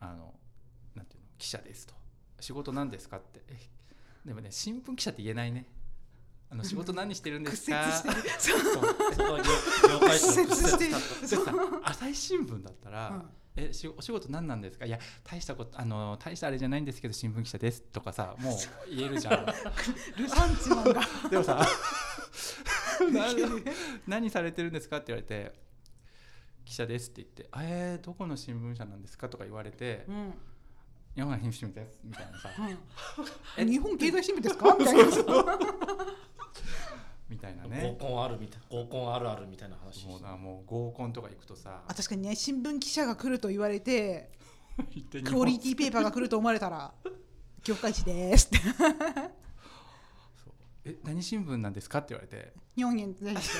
Speaker 1: あのなんていうの記者ですと仕事なんですかってえでもね新聞記者って言えないねあの仕事何してるんです
Speaker 3: 屈
Speaker 1: か
Speaker 3: 折してるそう
Speaker 2: そこは業業界誌
Speaker 3: 屈
Speaker 2: の
Speaker 3: 折
Speaker 2: 屈
Speaker 3: して
Speaker 2: 折
Speaker 3: る
Speaker 2: だっ
Speaker 1: でさ朝日新聞だったら、
Speaker 3: うん
Speaker 1: えしお仕事何なんですかいや大したことあの大したあれじゃないんですけど新聞記者ですとかさもう言えるじゃ ん
Speaker 3: ルサンチマンが
Speaker 1: でも さな何されてるんですかって言われて記者ですって言って「えー、どこの新聞社なんですか?」とか言われて
Speaker 3: うんうん
Speaker 1: 「山本編集部です」みたいなさ
Speaker 3: え日本経済新聞ですかみたいな
Speaker 1: みたいな
Speaker 2: た合
Speaker 1: ね
Speaker 2: コンあるみたい合コンあるあるみたいな話
Speaker 1: もう
Speaker 2: して
Speaker 1: なもう合コンとか行くとさ
Speaker 3: あ確かにね新聞記者が来ると言われて
Speaker 1: 行って日
Speaker 3: クオ
Speaker 1: 本
Speaker 3: リティペーパーが来ると思われたら「業界誌です」って
Speaker 1: そうえ何新聞なんですか?」って言われて
Speaker 3: 「日本経済誌です」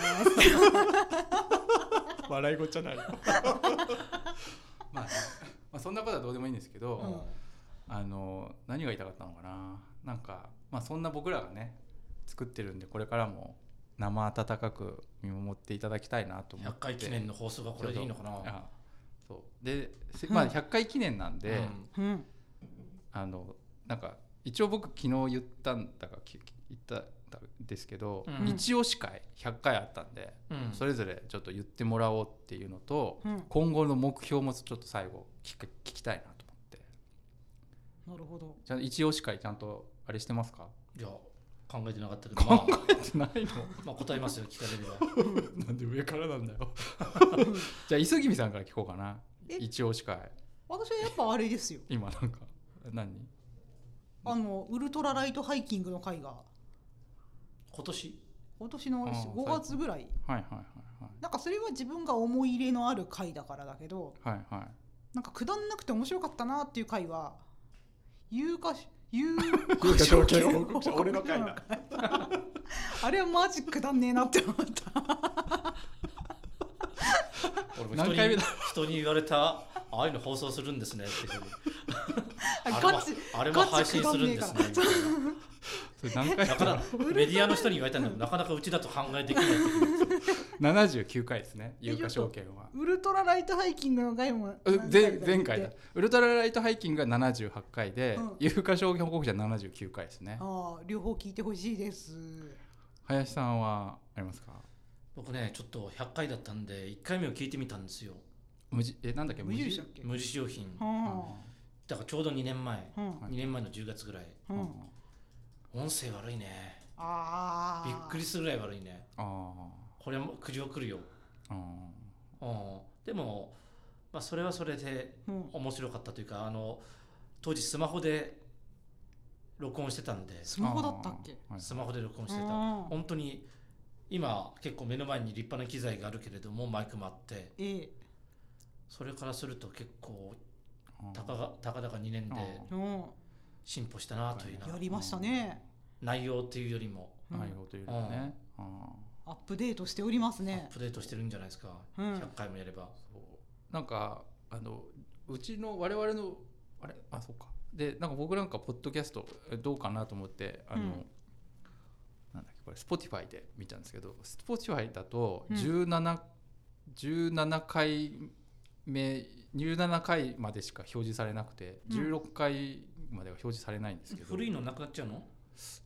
Speaker 1: 笑い事じゃないまあ ね、まあそんなことはどうでもいいんですけど、
Speaker 3: うん
Speaker 1: あの何が言いたかったのかななんか、まあ、そんな僕らがね作ってるんでこれからも生温かく見守っていただきたいなと思って
Speaker 2: 100回記念の放送がこれでいいのかな
Speaker 1: あそうで、せま
Speaker 3: う
Speaker 1: あ、
Speaker 3: ん
Speaker 1: 100回記念なんで、
Speaker 2: うん
Speaker 3: うん
Speaker 1: あのなんか一応僕昨日言ったんだかき言ったんですけど、
Speaker 2: うん
Speaker 1: 一押し会100回あったんで、
Speaker 2: うん
Speaker 1: それぞれちょっと言ってもらおうっていうのと、
Speaker 3: うん
Speaker 1: 今後の目標もちょっと最後聞く聞きたいなと思って
Speaker 3: なるほど
Speaker 1: ちゃんと一押し会ちゃんとあれしてますか
Speaker 2: いや考えてなかったけど、ま あ、
Speaker 1: ないの
Speaker 2: まあ答えますよ聞かれれば
Speaker 1: なんで上からなんだ よじゃあ磯君さんから聞こうかな
Speaker 3: え
Speaker 1: 一押し会
Speaker 3: 私はやっぱあれですよ
Speaker 1: 今なんか何
Speaker 3: あのウルトラライトハイキングの会が
Speaker 2: 今年
Speaker 3: 今年
Speaker 1: あ
Speaker 3: の
Speaker 1: ー
Speaker 3: 5月ぐらい
Speaker 1: はいはいはい
Speaker 3: なんかそれは自分が思い入れのある会だからだけど
Speaker 1: はいはいはい
Speaker 3: なんかくだんなくて面白かったなっていう回は有価し有
Speaker 1: 有価証券
Speaker 3: 有価証券
Speaker 1: 俺の回だ
Speaker 3: 俺の回あれはマジくだんねえなって思った
Speaker 2: 俺も人
Speaker 1: 何
Speaker 2: に
Speaker 1: 回目だ
Speaker 2: 人に言われたああいうの放送するんですねっていうふうにあれ
Speaker 3: あ
Speaker 2: も
Speaker 3: ガチ
Speaker 2: あれも配信するんですね
Speaker 3: ガチくだんね
Speaker 1: それ何回
Speaker 2: だから
Speaker 1: だ
Speaker 2: メディアの人に言われたんだけどなかなかうちだと考えできないっていう
Speaker 1: 79回ですね
Speaker 3: え
Speaker 1: 有価証券は
Speaker 3: ウルトラライトハイキングの回も
Speaker 1: う
Speaker 3: 何
Speaker 1: 前
Speaker 3: っけ
Speaker 1: 前回だウルトラライトハイキングが78回で、
Speaker 3: うん
Speaker 1: 有価証券報告者79回ですね
Speaker 3: ああ両方聞いてほしいです
Speaker 1: 林さんはありますか
Speaker 2: 僕ねちょっと100回だったんで1回目を聞いてみたんですよ
Speaker 1: 無じえなんだっけ
Speaker 3: 無印だっけ
Speaker 2: 無印良品
Speaker 3: は
Speaker 2: だからちょうど2年前
Speaker 3: あ、うん
Speaker 1: はい
Speaker 2: 2年前の10月ぐらい
Speaker 1: うん
Speaker 3: うん、
Speaker 2: 音声悪いね
Speaker 3: ああ
Speaker 2: びっくりするぐらい悪いね
Speaker 1: あ
Speaker 2: これも苦情来るよ、
Speaker 1: あうん
Speaker 2: うん、でも、まあ、それはそれで
Speaker 3: うん
Speaker 2: 面白かったというかあの当時スマホで録音してたんで
Speaker 3: スマホだったっけ
Speaker 1: あーはい
Speaker 2: スマホで録音して
Speaker 3: うん
Speaker 2: た本当に今結構目の前に立派な機材があるけれどもマイクもあって
Speaker 3: ええ
Speaker 2: それからすると結構
Speaker 1: うん
Speaker 2: たかがたかだか2年で
Speaker 1: あ
Speaker 3: うん
Speaker 2: 進歩したなというな
Speaker 3: やりましたね、
Speaker 2: 内容っていうよりも
Speaker 3: うん
Speaker 1: 内容というよりもねあー
Speaker 3: アップデートしております
Speaker 2: ア
Speaker 3: ね
Speaker 2: ップデートしてるんじゃないですか
Speaker 3: うん
Speaker 2: 100回もやれば
Speaker 1: なんかあのうちの我々のあれあそうかでなんか僕なんかポッドキャストえどうかなと思ってあの、
Speaker 3: うん
Speaker 1: なんだっけこれ Spotify で見たんですけど Spotify だと
Speaker 3: うん
Speaker 1: 17,、17回目17回までしか表示されなくて
Speaker 3: うん
Speaker 1: 16回までは表示されないんですけど、
Speaker 2: 古いのなくなっちゃうの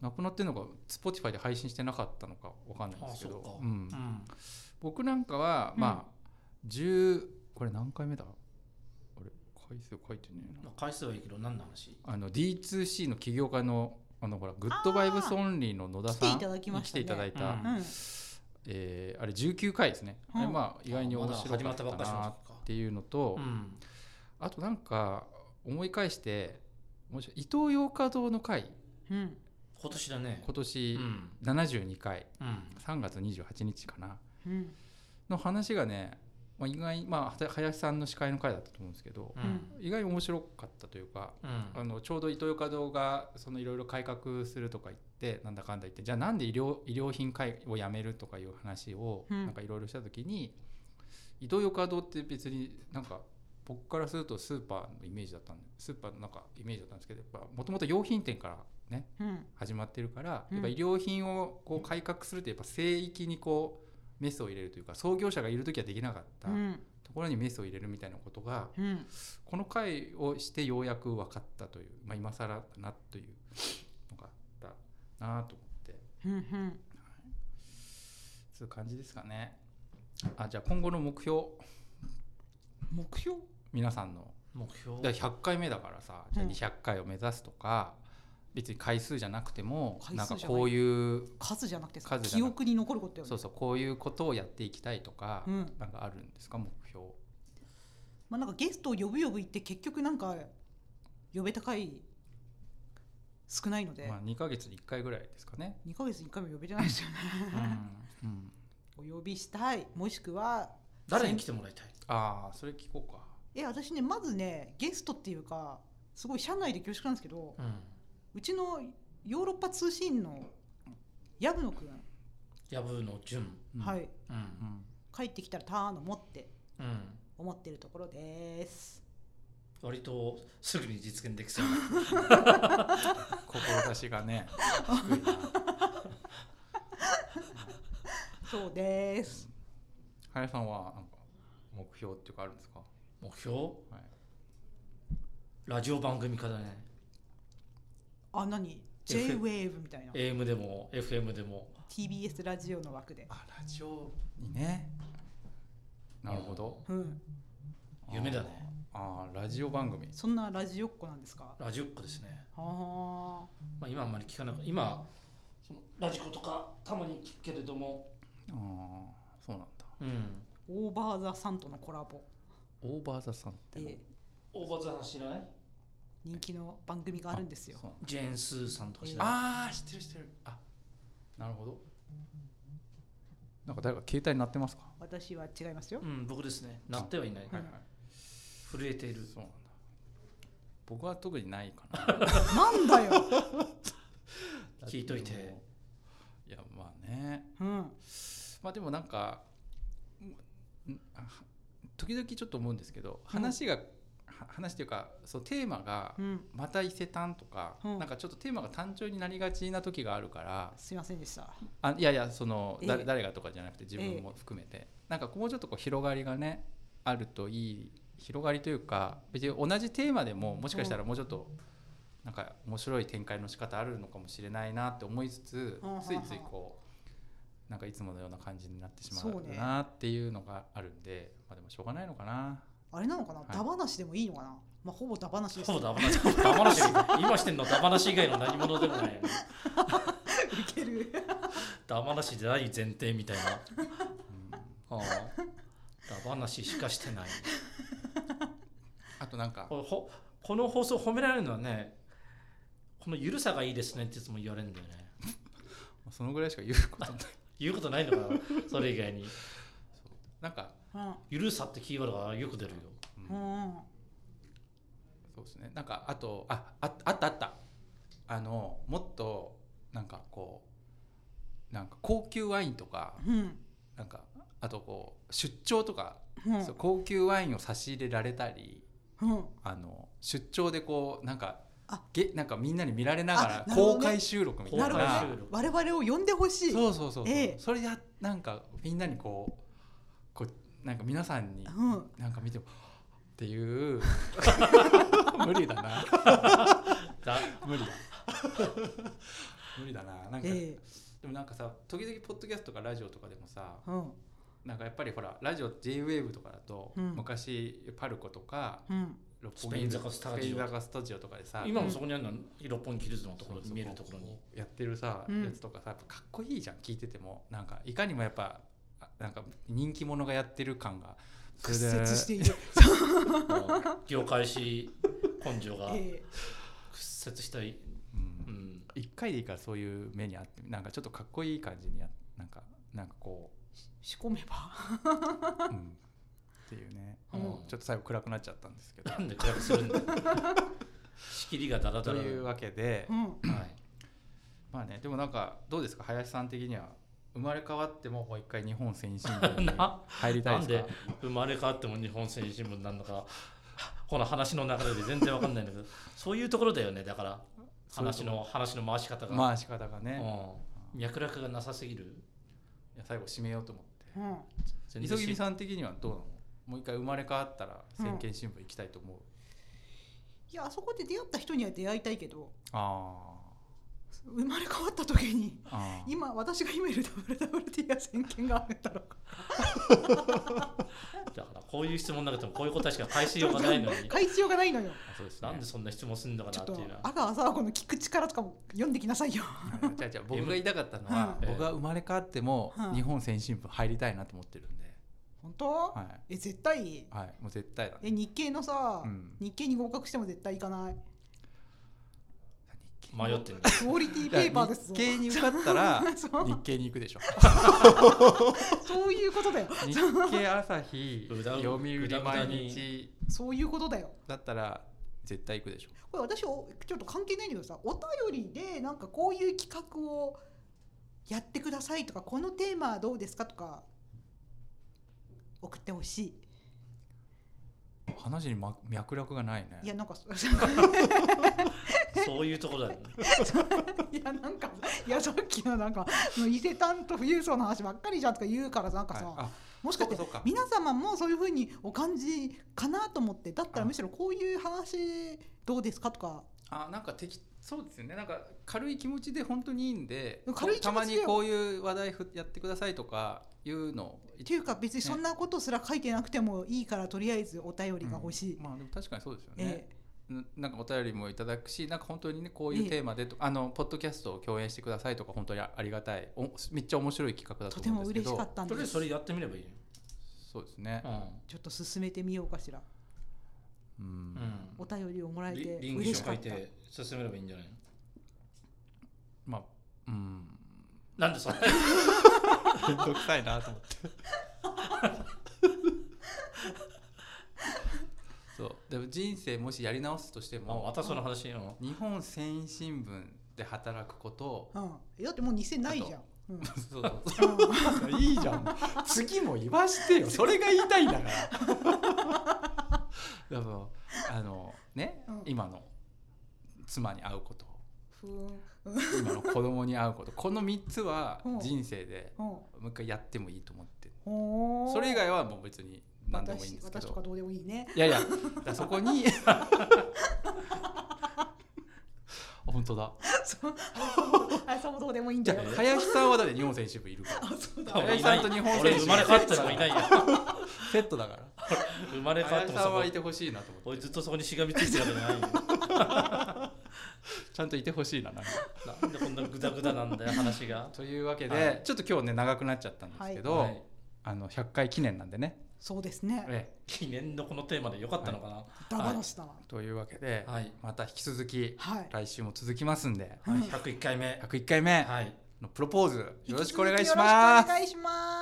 Speaker 1: なくなってるのが Spotify で配信してなかったのかわかんないん
Speaker 2: あ
Speaker 1: で
Speaker 2: あ
Speaker 1: すけ
Speaker 2: そ
Speaker 1: ど
Speaker 2: うか
Speaker 1: うん
Speaker 2: うん
Speaker 1: 僕なんかは
Speaker 3: うん
Speaker 1: まあ10これ何回目だあれ回数書いてねえな
Speaker 2: まあ回数はいいけど何の話
Speaker 1: あの D2C の起業家のあのほらグッドバイブスオンリーの野田さん
Speaker 3: 来ていただきましたね
Speaker 1: に来ていただいた
Speaker 2: うん
Speaker 3: うん
Speaker 1: えーあれ19回ですね、あれ
Speaker 3: うん
Speaker 1: まあ意外に
Speaker 2: あま
Speaker 1: 面
Speaker 2: だ
Speaker 1: 白
Speaker 2: 始
Speaker 1: か
Speaker 2: ま
Speaker 1: っ
Speaker 2: った
Speaker 1: た
Speaker 2: ばっかしの
Speaker 1: なっ
Speaker 2: 時か
Speaker 1: ていうのと、
Speaker 2: うん
Speaker 1: あとなんか思い返して面白い伊東洋華堂の回
Speaker 3: うん
Speaker 2: 今年だね
Speaker 1: 今
Speaker 2: う
Speaker 1: 年
Speaker 2: ん
Speaker 1: 72回、
Speaker 2: うん
Speaker 1: 3月28日かな
Speaker 3: うん
Speaker 1: の話がね、まあ、意外にまあ林さんの司会の回だったと思うんですけど、
Speaker 2: うん
Speaker 1: 意外に面白かったというか
Speaker 2: うん
Speaker 1: あのちょうどイトーヨーカ堂がそのいろいろ改革するとか言ってなんだかんだ言ってじゃあなんで医療医療品会をやめるとかいう話を
Speaker 3: うん
Speaker 1: なんかいろいろした時に、イトーヨーカ堂って別になんか僕からするとスーパーのイメージだったんでスーパーのなんかイメージだったんですけどやっぱもともと用品店からね
Speaker 3: うん
Speaker 1: 始まってるから、
Speaker 3: うん
Speaker 1: やっぱ医療品をこう改革するとやっぱ聖域にこうメスを入れるというか創業者がいる時はできなかった
Speaker 3: うん
Speaker 1: ところにメスを入れるみたいなことが
Speaker 3: うん
Speaker 1: この回をしてようやく分かったという、まあ、今更かなというのがあったなと思って
Speaker 3: うん
Speaker 1: そういう感じですかねあじゃあ今後の目標
Speaker 3: 目標
Speaker 1: 皆さんの
Speaker 2: 目標
Speaker 1: だから100回目だからさじゃあ
Speaker 3: うん
Speaker 1: 200回を目指すとか、別に回数じゃなくても
Speaker 3: 回数
Speaker 1: なんか
Speaker 3: じゃない
Speaker 1: こういう
Speaker 3: 数じゃなくて
Speaker 1: 数じゃなく
Speaker 3: 記憶に残ることよね
Speaker 1: そうそうこういうことをやっていきたいとか、
Speaker 3: うん
Speaker 1: なんかあるんですか目標
Speaker 3: まあなんかゲストを呼ぶ呼ぶ言って結局なんか呼べた回少ないので、
Speaker 1: まあ2ヶ月に1回ぐらいですかね。
Speaker 3: 2ヶ月に1回も呼べてないですよね
Speaker 1: うんうん
Speaker 3: お呼びしたいもしくは
Speaker 2: 誰に来てもらいたい
Speaker 1: ああそれ聞こうか。
Speaker 3: え私ねまずねゲストっていうかすごい社内で恐縮なんですけど
Speaker 2: うん
Speaker 3: うちのヨーロッパ通信の藪野くん、
Speaker 2: 藪の順
Speaker 1: うん
Speaker 3: は。いう
Speaker 1: うんん
Speaker 3: 帰ってきたらターンを持って
Speaker 2: うん
Speaker 3: 思ってるところです
Speaker 2: 割とすぐに実現できそうな
Speaker 1: 志がね低いな
Speaker 3: そうです
Speaker 1: 林さんはなんか目標っていうかあるんですか、
Speaker 2: 目標
Speaker 1: はい、
Speaker 2: ラジオ番組化だね
Speaker 3: あ何 JWAVE みたいな
Speaker 2: AM でも FM でも
Speaker 3: TBS ラジオの枠で
Speaker 1: あラジオにねなるほど
Speaker 3: うん
Speaker 2: 夢だね
Speaker 1: あーあーラジオ番組
Speaker 3: そんなラジオっ子なんですか
Speaker 2: ラジオっ子ですね、
Speaker 3: あ
Speaker 2: まあ、今あんまり聞かなく今そのラジコとかたまに聞くけれども
Speaker 1: ああそうなんだ
Speaker 2: うん
Speaker 3: ーオーバーザさんとのコラボ
Speaker 1: オーバーザさんって
Speaker 3: で
Speaker 2: 大場さん知らない
Speaker 3: 人気の番組があるんですよ
Speaker 1: そう
Speaker 2: ジェーン・スーさんとか知らない
Speaker 1: あー知ってる知ってるあなるほどなんか誰か携帯になってますか、
Speaker 3: 私は違います よ
Speaker 2: うん僕ですねなってはいない
Speaker 1: はいはい
Speaker 2: 震えている
Speaker 1: そうなんだ僕は特にないかな
Speaker 3: なんだよ、
Speaker 2: 聞いといて
Speaker 1: いやまあね
Speaker 3: うん、
Speaker 1: まあでもなんかんんあは時々ちょっと思うんですけど話が、は話っていうかそのテーマが
Speaker 3: うん、
Speaker 1: また伊勢丹とか、
Speaker 3: うん
Speaker 1: なんかちょっとテーマが単調になりがちな時があるから
Speaker 3: すいませんでした
Speaker 1: あいやいやその、だ
Speaker 3: ええ
Speaker 1: 誰がとかじゃなくて自分も含めて、なんかもうちょっとこう広がりがねあるといい広がりというか別に同じテーマでももしかしたらもうちょっと、なんか面白い展開の仕方あるのかもしれないなって思いつつ、
Speaker 3: うん
Speaker 1: ついついこうなんかいつものような感じになってしま
Speaker 3: そう
Speaker 1: う
Speaker 3: ね
Speaker 1: なっていうのがあるんで、まあでもしょうがないのかな
Speaker 3: あれなのかな、
Speaker 1: い
Speaker 3: ダバなしでもいいのかなまあほぼダバなしです
Speaker 2: ほぼダバなし。ダバなし。今してんのダバなし以外の何者でもないよね。
Speaker 3: いける
Speaker 2: ダバなしでない前提みたいな。
Speaker 1: うん
Speaker 2: ああダバなししかしてない。
Speaker 1: あと なんか
Speaker 2: こほこの放送褒められるのはね、このゆるさがいいですねっていつも言われるんだよね。
Speaker 1: そのぐらいしか言うことない
Speaker 2: 言うことないのかな、それ以外に。
Speaker 1: なんか、
Speaker 3: うん
Speaker 2: ゆるさってキーワードがよく出るよ。
Speaker 1: うん
Speaker 3: うん
Speaker 1: そうですねなんかあとあああったあったあのもっとなんかこうなんか高級ワインとか
Speaker 3: うん
Speaker 1: なんかあとこう出張とか、
Speaker 3: うん
Speaker 1: そう高級ワインを差し入れられたり
Speaker 3: うん
Speaker 1: あの出張でこうなんか
Speaker 3: あ
Speaker 1: げなんかみんなに見られながら
Speaker 3: あなるほど
Speaker 1: 公
Speaker 3: ね
Speaker 1: 開収録みたい
Speaker 3: な
Speaker 1: な
Speaker 3: る
Speaker 2: 公
Speaker 3: ほど
Speaker 2: 開収
Speaker 3: ね
Speaker 2: 録
Speaker 3: 我々を呼んでほしい
Speaker 1: そうそうそうそう、
Speaker 3: ええ
Speaker 1: それやなんかみんなにこうこうなんか皆さんに
Speaker 3: うん
Speaker 1: なんか見てもっていう 無理だな
Speaker 2: だ
Speaker 1: 無理だ無理だななんか、
Speaker 3: え
Speaker 1: でもなんかさ時々ポッドキャストとかラジオとかでもさ
Speaker 3: えうん
Speaker 1: なんかやっぱりほらラジオ JWAVE とかだと、
Speaker 3: うん
Speaker 1: 昔パルコとか
Speaker 3: うん
Speaker 1: 六
Speaker 2: スペイン坂スタジオ
Speaker 1: スペイン坂スタジオとかでさ
Speaker 2: 今もそこにあるの、六本木ヒルズのところに見えるところに。
Speaker 1: やってるさ、
Speaker 3: うん
Speaker 1: やつとかさやっぱかっこいいじゃん聞いててもなんかいかにもやっぱあなんか人気者がやってる感がそれで
Speaker 3: 屈折している、
Speaker 2: うん業界史根性が
Speaker 3: ええ
Speaker 2: 屈折したい。
Speaker 1: う
Speaker 2: うんん
Speaker 1: 一、回でいいからそういう目にあってなんかちょっとかっこいい感じにやなんかなんかこ
Speaker 3: 仕込めば
Speaker 1: う、うん、っていうね、
Speaker 2: うん
Speaker 1: ちょっと最後暗くなっちゃったんですけど
Speaker 2: なんで暗くするんだ よ仕切りがダラ ダ
Speaker 1: と
Speaker 2: ラ
Speaker 1: いうわけで、
Speaker 3: うん
Speaker 2: はい、
Speaker 1: まあねでもなんかどうですか林さん的には生まれ変わってももう一回日本先 進部に
Speaker 2: な
Speaker 1: 入りた
Speaker 2: ないん
Speaker 1: です
Speaker 2: で
Speaker 1: か
Speaker 2: 生まれ変わっても日本選手新聞なんだからこの話の流れで全然わかんないんだけどそういうところだよねだから
Speaker 1: そういうと
Speaker 2: 話
Speaker 1: こ
Speaker 2: の話の回し方が、
Speaker 1: まあ仕方が
Speaker 2: う
Speaker 1: ね、
Speaker 2: ん脈絡がなさすぎる
Speaker 1: いや最後締めようと思って。
Speaker 3: うん
Speaker 2: 全
Speaker 1: 磯
Speaker 2: 然
Speaker 1: 君
Speaker 2: し
Speaker 1: さん的にはどうなのもう一回生まれ変わったら
Speaker 3: うん
Speaker 1: 先見新聞行きたいと思う、
Speaker 3: いやあそこで出会った人には出会いたいけど
Speaker 1: あ
Speaker 3: 生まれ変わった時に
Speaker 1: ーあ ー
Speaker 3: 今私が今いる WWT が先見があるんだろうか
Speaker 2: だからこういう質問なくてもこういう答えしか返しようがない のに
Speaker 3: 返しようがないのよ
Speaker 1: あそうですね
Speaker 2: なんでそんな質問するんだか
Speaker 3: ち
Speaker 2: な
Speaker 3: ょっ
Speaker 2: って
Speaker 3: と
Speaker 2: いうのは
Speaker 3: 赤浅和子の聞く力とかも読んできなさいよ
Speaker 1: じゃあじゃあ僕が言いたかったのは、
Speaker 2: うん
Speaker 1: 僕が生まれ変わっても
Speaker 3: うん
Speaker 1: 日本先進部入りたいなと思ってるんで、
Speaker 3: 本当
Speaker 1: はい
Speaker 3: え絶対
Speaker 1: はいもう絶対だね
Speaker 3: え日系のさ、
Speaker 1: うん
Speaker 3: 日系に合格しても絶対行 かない
Speaker 1: 日
Speaker 2: 迷って るんだ
Speaker 3: クオリティペ
Speaker 1: 系
Speaker 3: ーパーですぞ
Speaker 1: 日系に受かったら
Speaker 3: そう
Speaker 1: 日系に行くでしょ
Speaker 3: そういうことだよ
Speaker 1: 日経朝日
Speaker 2: うだう
Speaker 1: 読売
Speaker 2: うだうだ
Speaker 1: 毎
Speaker 2: に
Speaker 1: 日
Speaker 3: そういうことだよ
Speaker 1: だったら絶対行くでしょ
Speaker 3: これ私おちょっと関係ないんだけどさお便りでなんかこういう企画をやってくださいとかこのテーマはどうですかとか送ってほしい
Speaker 1: 話に、ま、脈絡がないね
Speaker 3: いやなんか そ
Speaker 2: そういうところだ よね
Speaker 3: いやなんかいやさっきのなんかその伊勢丹と富裕層の話ばっかりじゃんとか言うからなんかさ、
Speaker 1: はいあ
Speaker 3: もしかして
Speaker 1: そうかそうか
Speaker 3: 皆様もそういうふうにお感じかなと思ってだったら
Speaker 1: あ
Speaker 3: むしろこういう話どうですかとか
Speaker 1: あなんか適そうですよねなんか軽い気持ちで本当にいいんで
Speaker 3: 軽い気持ちで
Speaker 1: たまにこういう話題ふやってくださいとかいうの
Speaker 3: っていうか別にそんなことすら書いてなくてもいいからとりあえずお便りが欲しい。
Speaker 1: うんまあでも確かにそうですよね
Speaker 3: え、
Speaker 1: ななんかお便りもいただくしなんか本当にねこういうテーマでと、あのポッドキャストを共演してくださいとか本当にありがたいおめっちゃ面白い企画
Speaker 3: え
Speaker 1: だ
Speaker 3: と
Speaker 1: と
Speaker 3: て
Speaker 1: 思
Speaker 3: も
Speaker 1: うんですけ
Speaker 3: 嬉
Speaker 1: ど
Speaker 3: しかったん
Speaker 2: とりあ
Speaker 3: で
Speaker 2: えずそ
Speaker 3: す
Speaker 2: れやってみればいいよ、
Speaker 1: そうですね
Speaker 2: う
Speaker 3: ちょっと進めてみようかしら
Speaker 1: うん、
Speaker 2: んうん
Speaker 3: お便りをもらえ
Speaker 2: リ
Speaker 3: て
Speaker 2: リング書
Speaker 3: 嬉しか
Speaker 2: 書
Speaker 3: っ
Speaker 2: い
Speaker 3: た
Speaker 2: て進めればいいんじゃないの
Speaker 1: まあうん
Speaker 2: なん でそんな
Speaker 1: 面倒くさいなと思 ってそうでも人生もしやり直すとして
Speaker 2: あ
Speaker 1: も
Speaker 2: またその話 うん
Speaker 1: 日本先進聞で働くこと
Speaker 3: うんえだってもう2000ないじゃんうん
Speaker 1: そうそういいじゃん次も言わしてよそれが言いたいんだ からだからあのね、
Speaker 3: うん
Speaker 1: 今の妻に会う こと
Speaker 3: ふーん
Speaker 1: 今の子供に会うことこの3つは
Speaker 3: うん
Speaker 1: 人生で
Speaker 3: うん
Speaker 1: もう一回やってもいいと思って
Speaker 3: ほー
Speaker 1: それ以外はもう別に何でもいいんですけ
Speaker 3: 私私とか
Speaker 1: ど
Speaker 3: どうでもい いね
Speaker 1: いやいやだからそこに 本当だ
Speaker 3: そうあそうどうでもいいん
Speaker 1: じ
Speaker 3: だ
Speaker 1: ゃ
Speaker 3: よ
Speaker 1: あ林さんはだって日本選手部いるから
Speaker 3: あそうだ
Speaker 2: 俺
Speaker 1: 林
Speaker 2: い
Speaker 1: さ
Speaker 2: なんい
Speaker 1: と日本選手
Speaker 2: 俺生まれ変わったらいないよ
Speaker 1: セットだから
Speaker 2: 生まれ変わっ
Speaker 1: 林
Speaker 2: ても
Speaker 1: さ
Speaker 2: そ
Speaker 1: ん
Speaker 2: こ
Speaker 1: はいてほしいなと思って
Speaker 2: 俺ずっとそこにしがみついてるわけじゃ ないよ
Speaker 1: ちゃんといてほしいななんか
Speaker 2: なんでこんなグダグダなんだよ話が
Speaker 1: というわけで、
Speaker 2: はい
Speaker 1: ちょっと今日ね長くなっちゃったんですけど、
Speaker 2: はい
Speaker 1: あの100回記念なんでね、
Speaker 3: そうですね。
Speaker 1: ええ
Speaker 2: 記念のこのテーマでよかったのかな
Speaker 3: ダバなしだな。
Speaker 1: というわけで、
Speaker 2: はい
Speaker 1: また引き続き
Speaker 3: はい。
Speaker 1: 来週も続きますんで、
Speaker 3: はい
Speaker 2: 101回目
Speaker 1: 101回目
Speaker 2: はい
Speaker 1: のプロポーズよろしくお願いし
Speaker 3: 引き続きよろ
Speaker 1: ま
Speaker 3: しくお
Speaker 1: す。
Speaker 3: 願いします。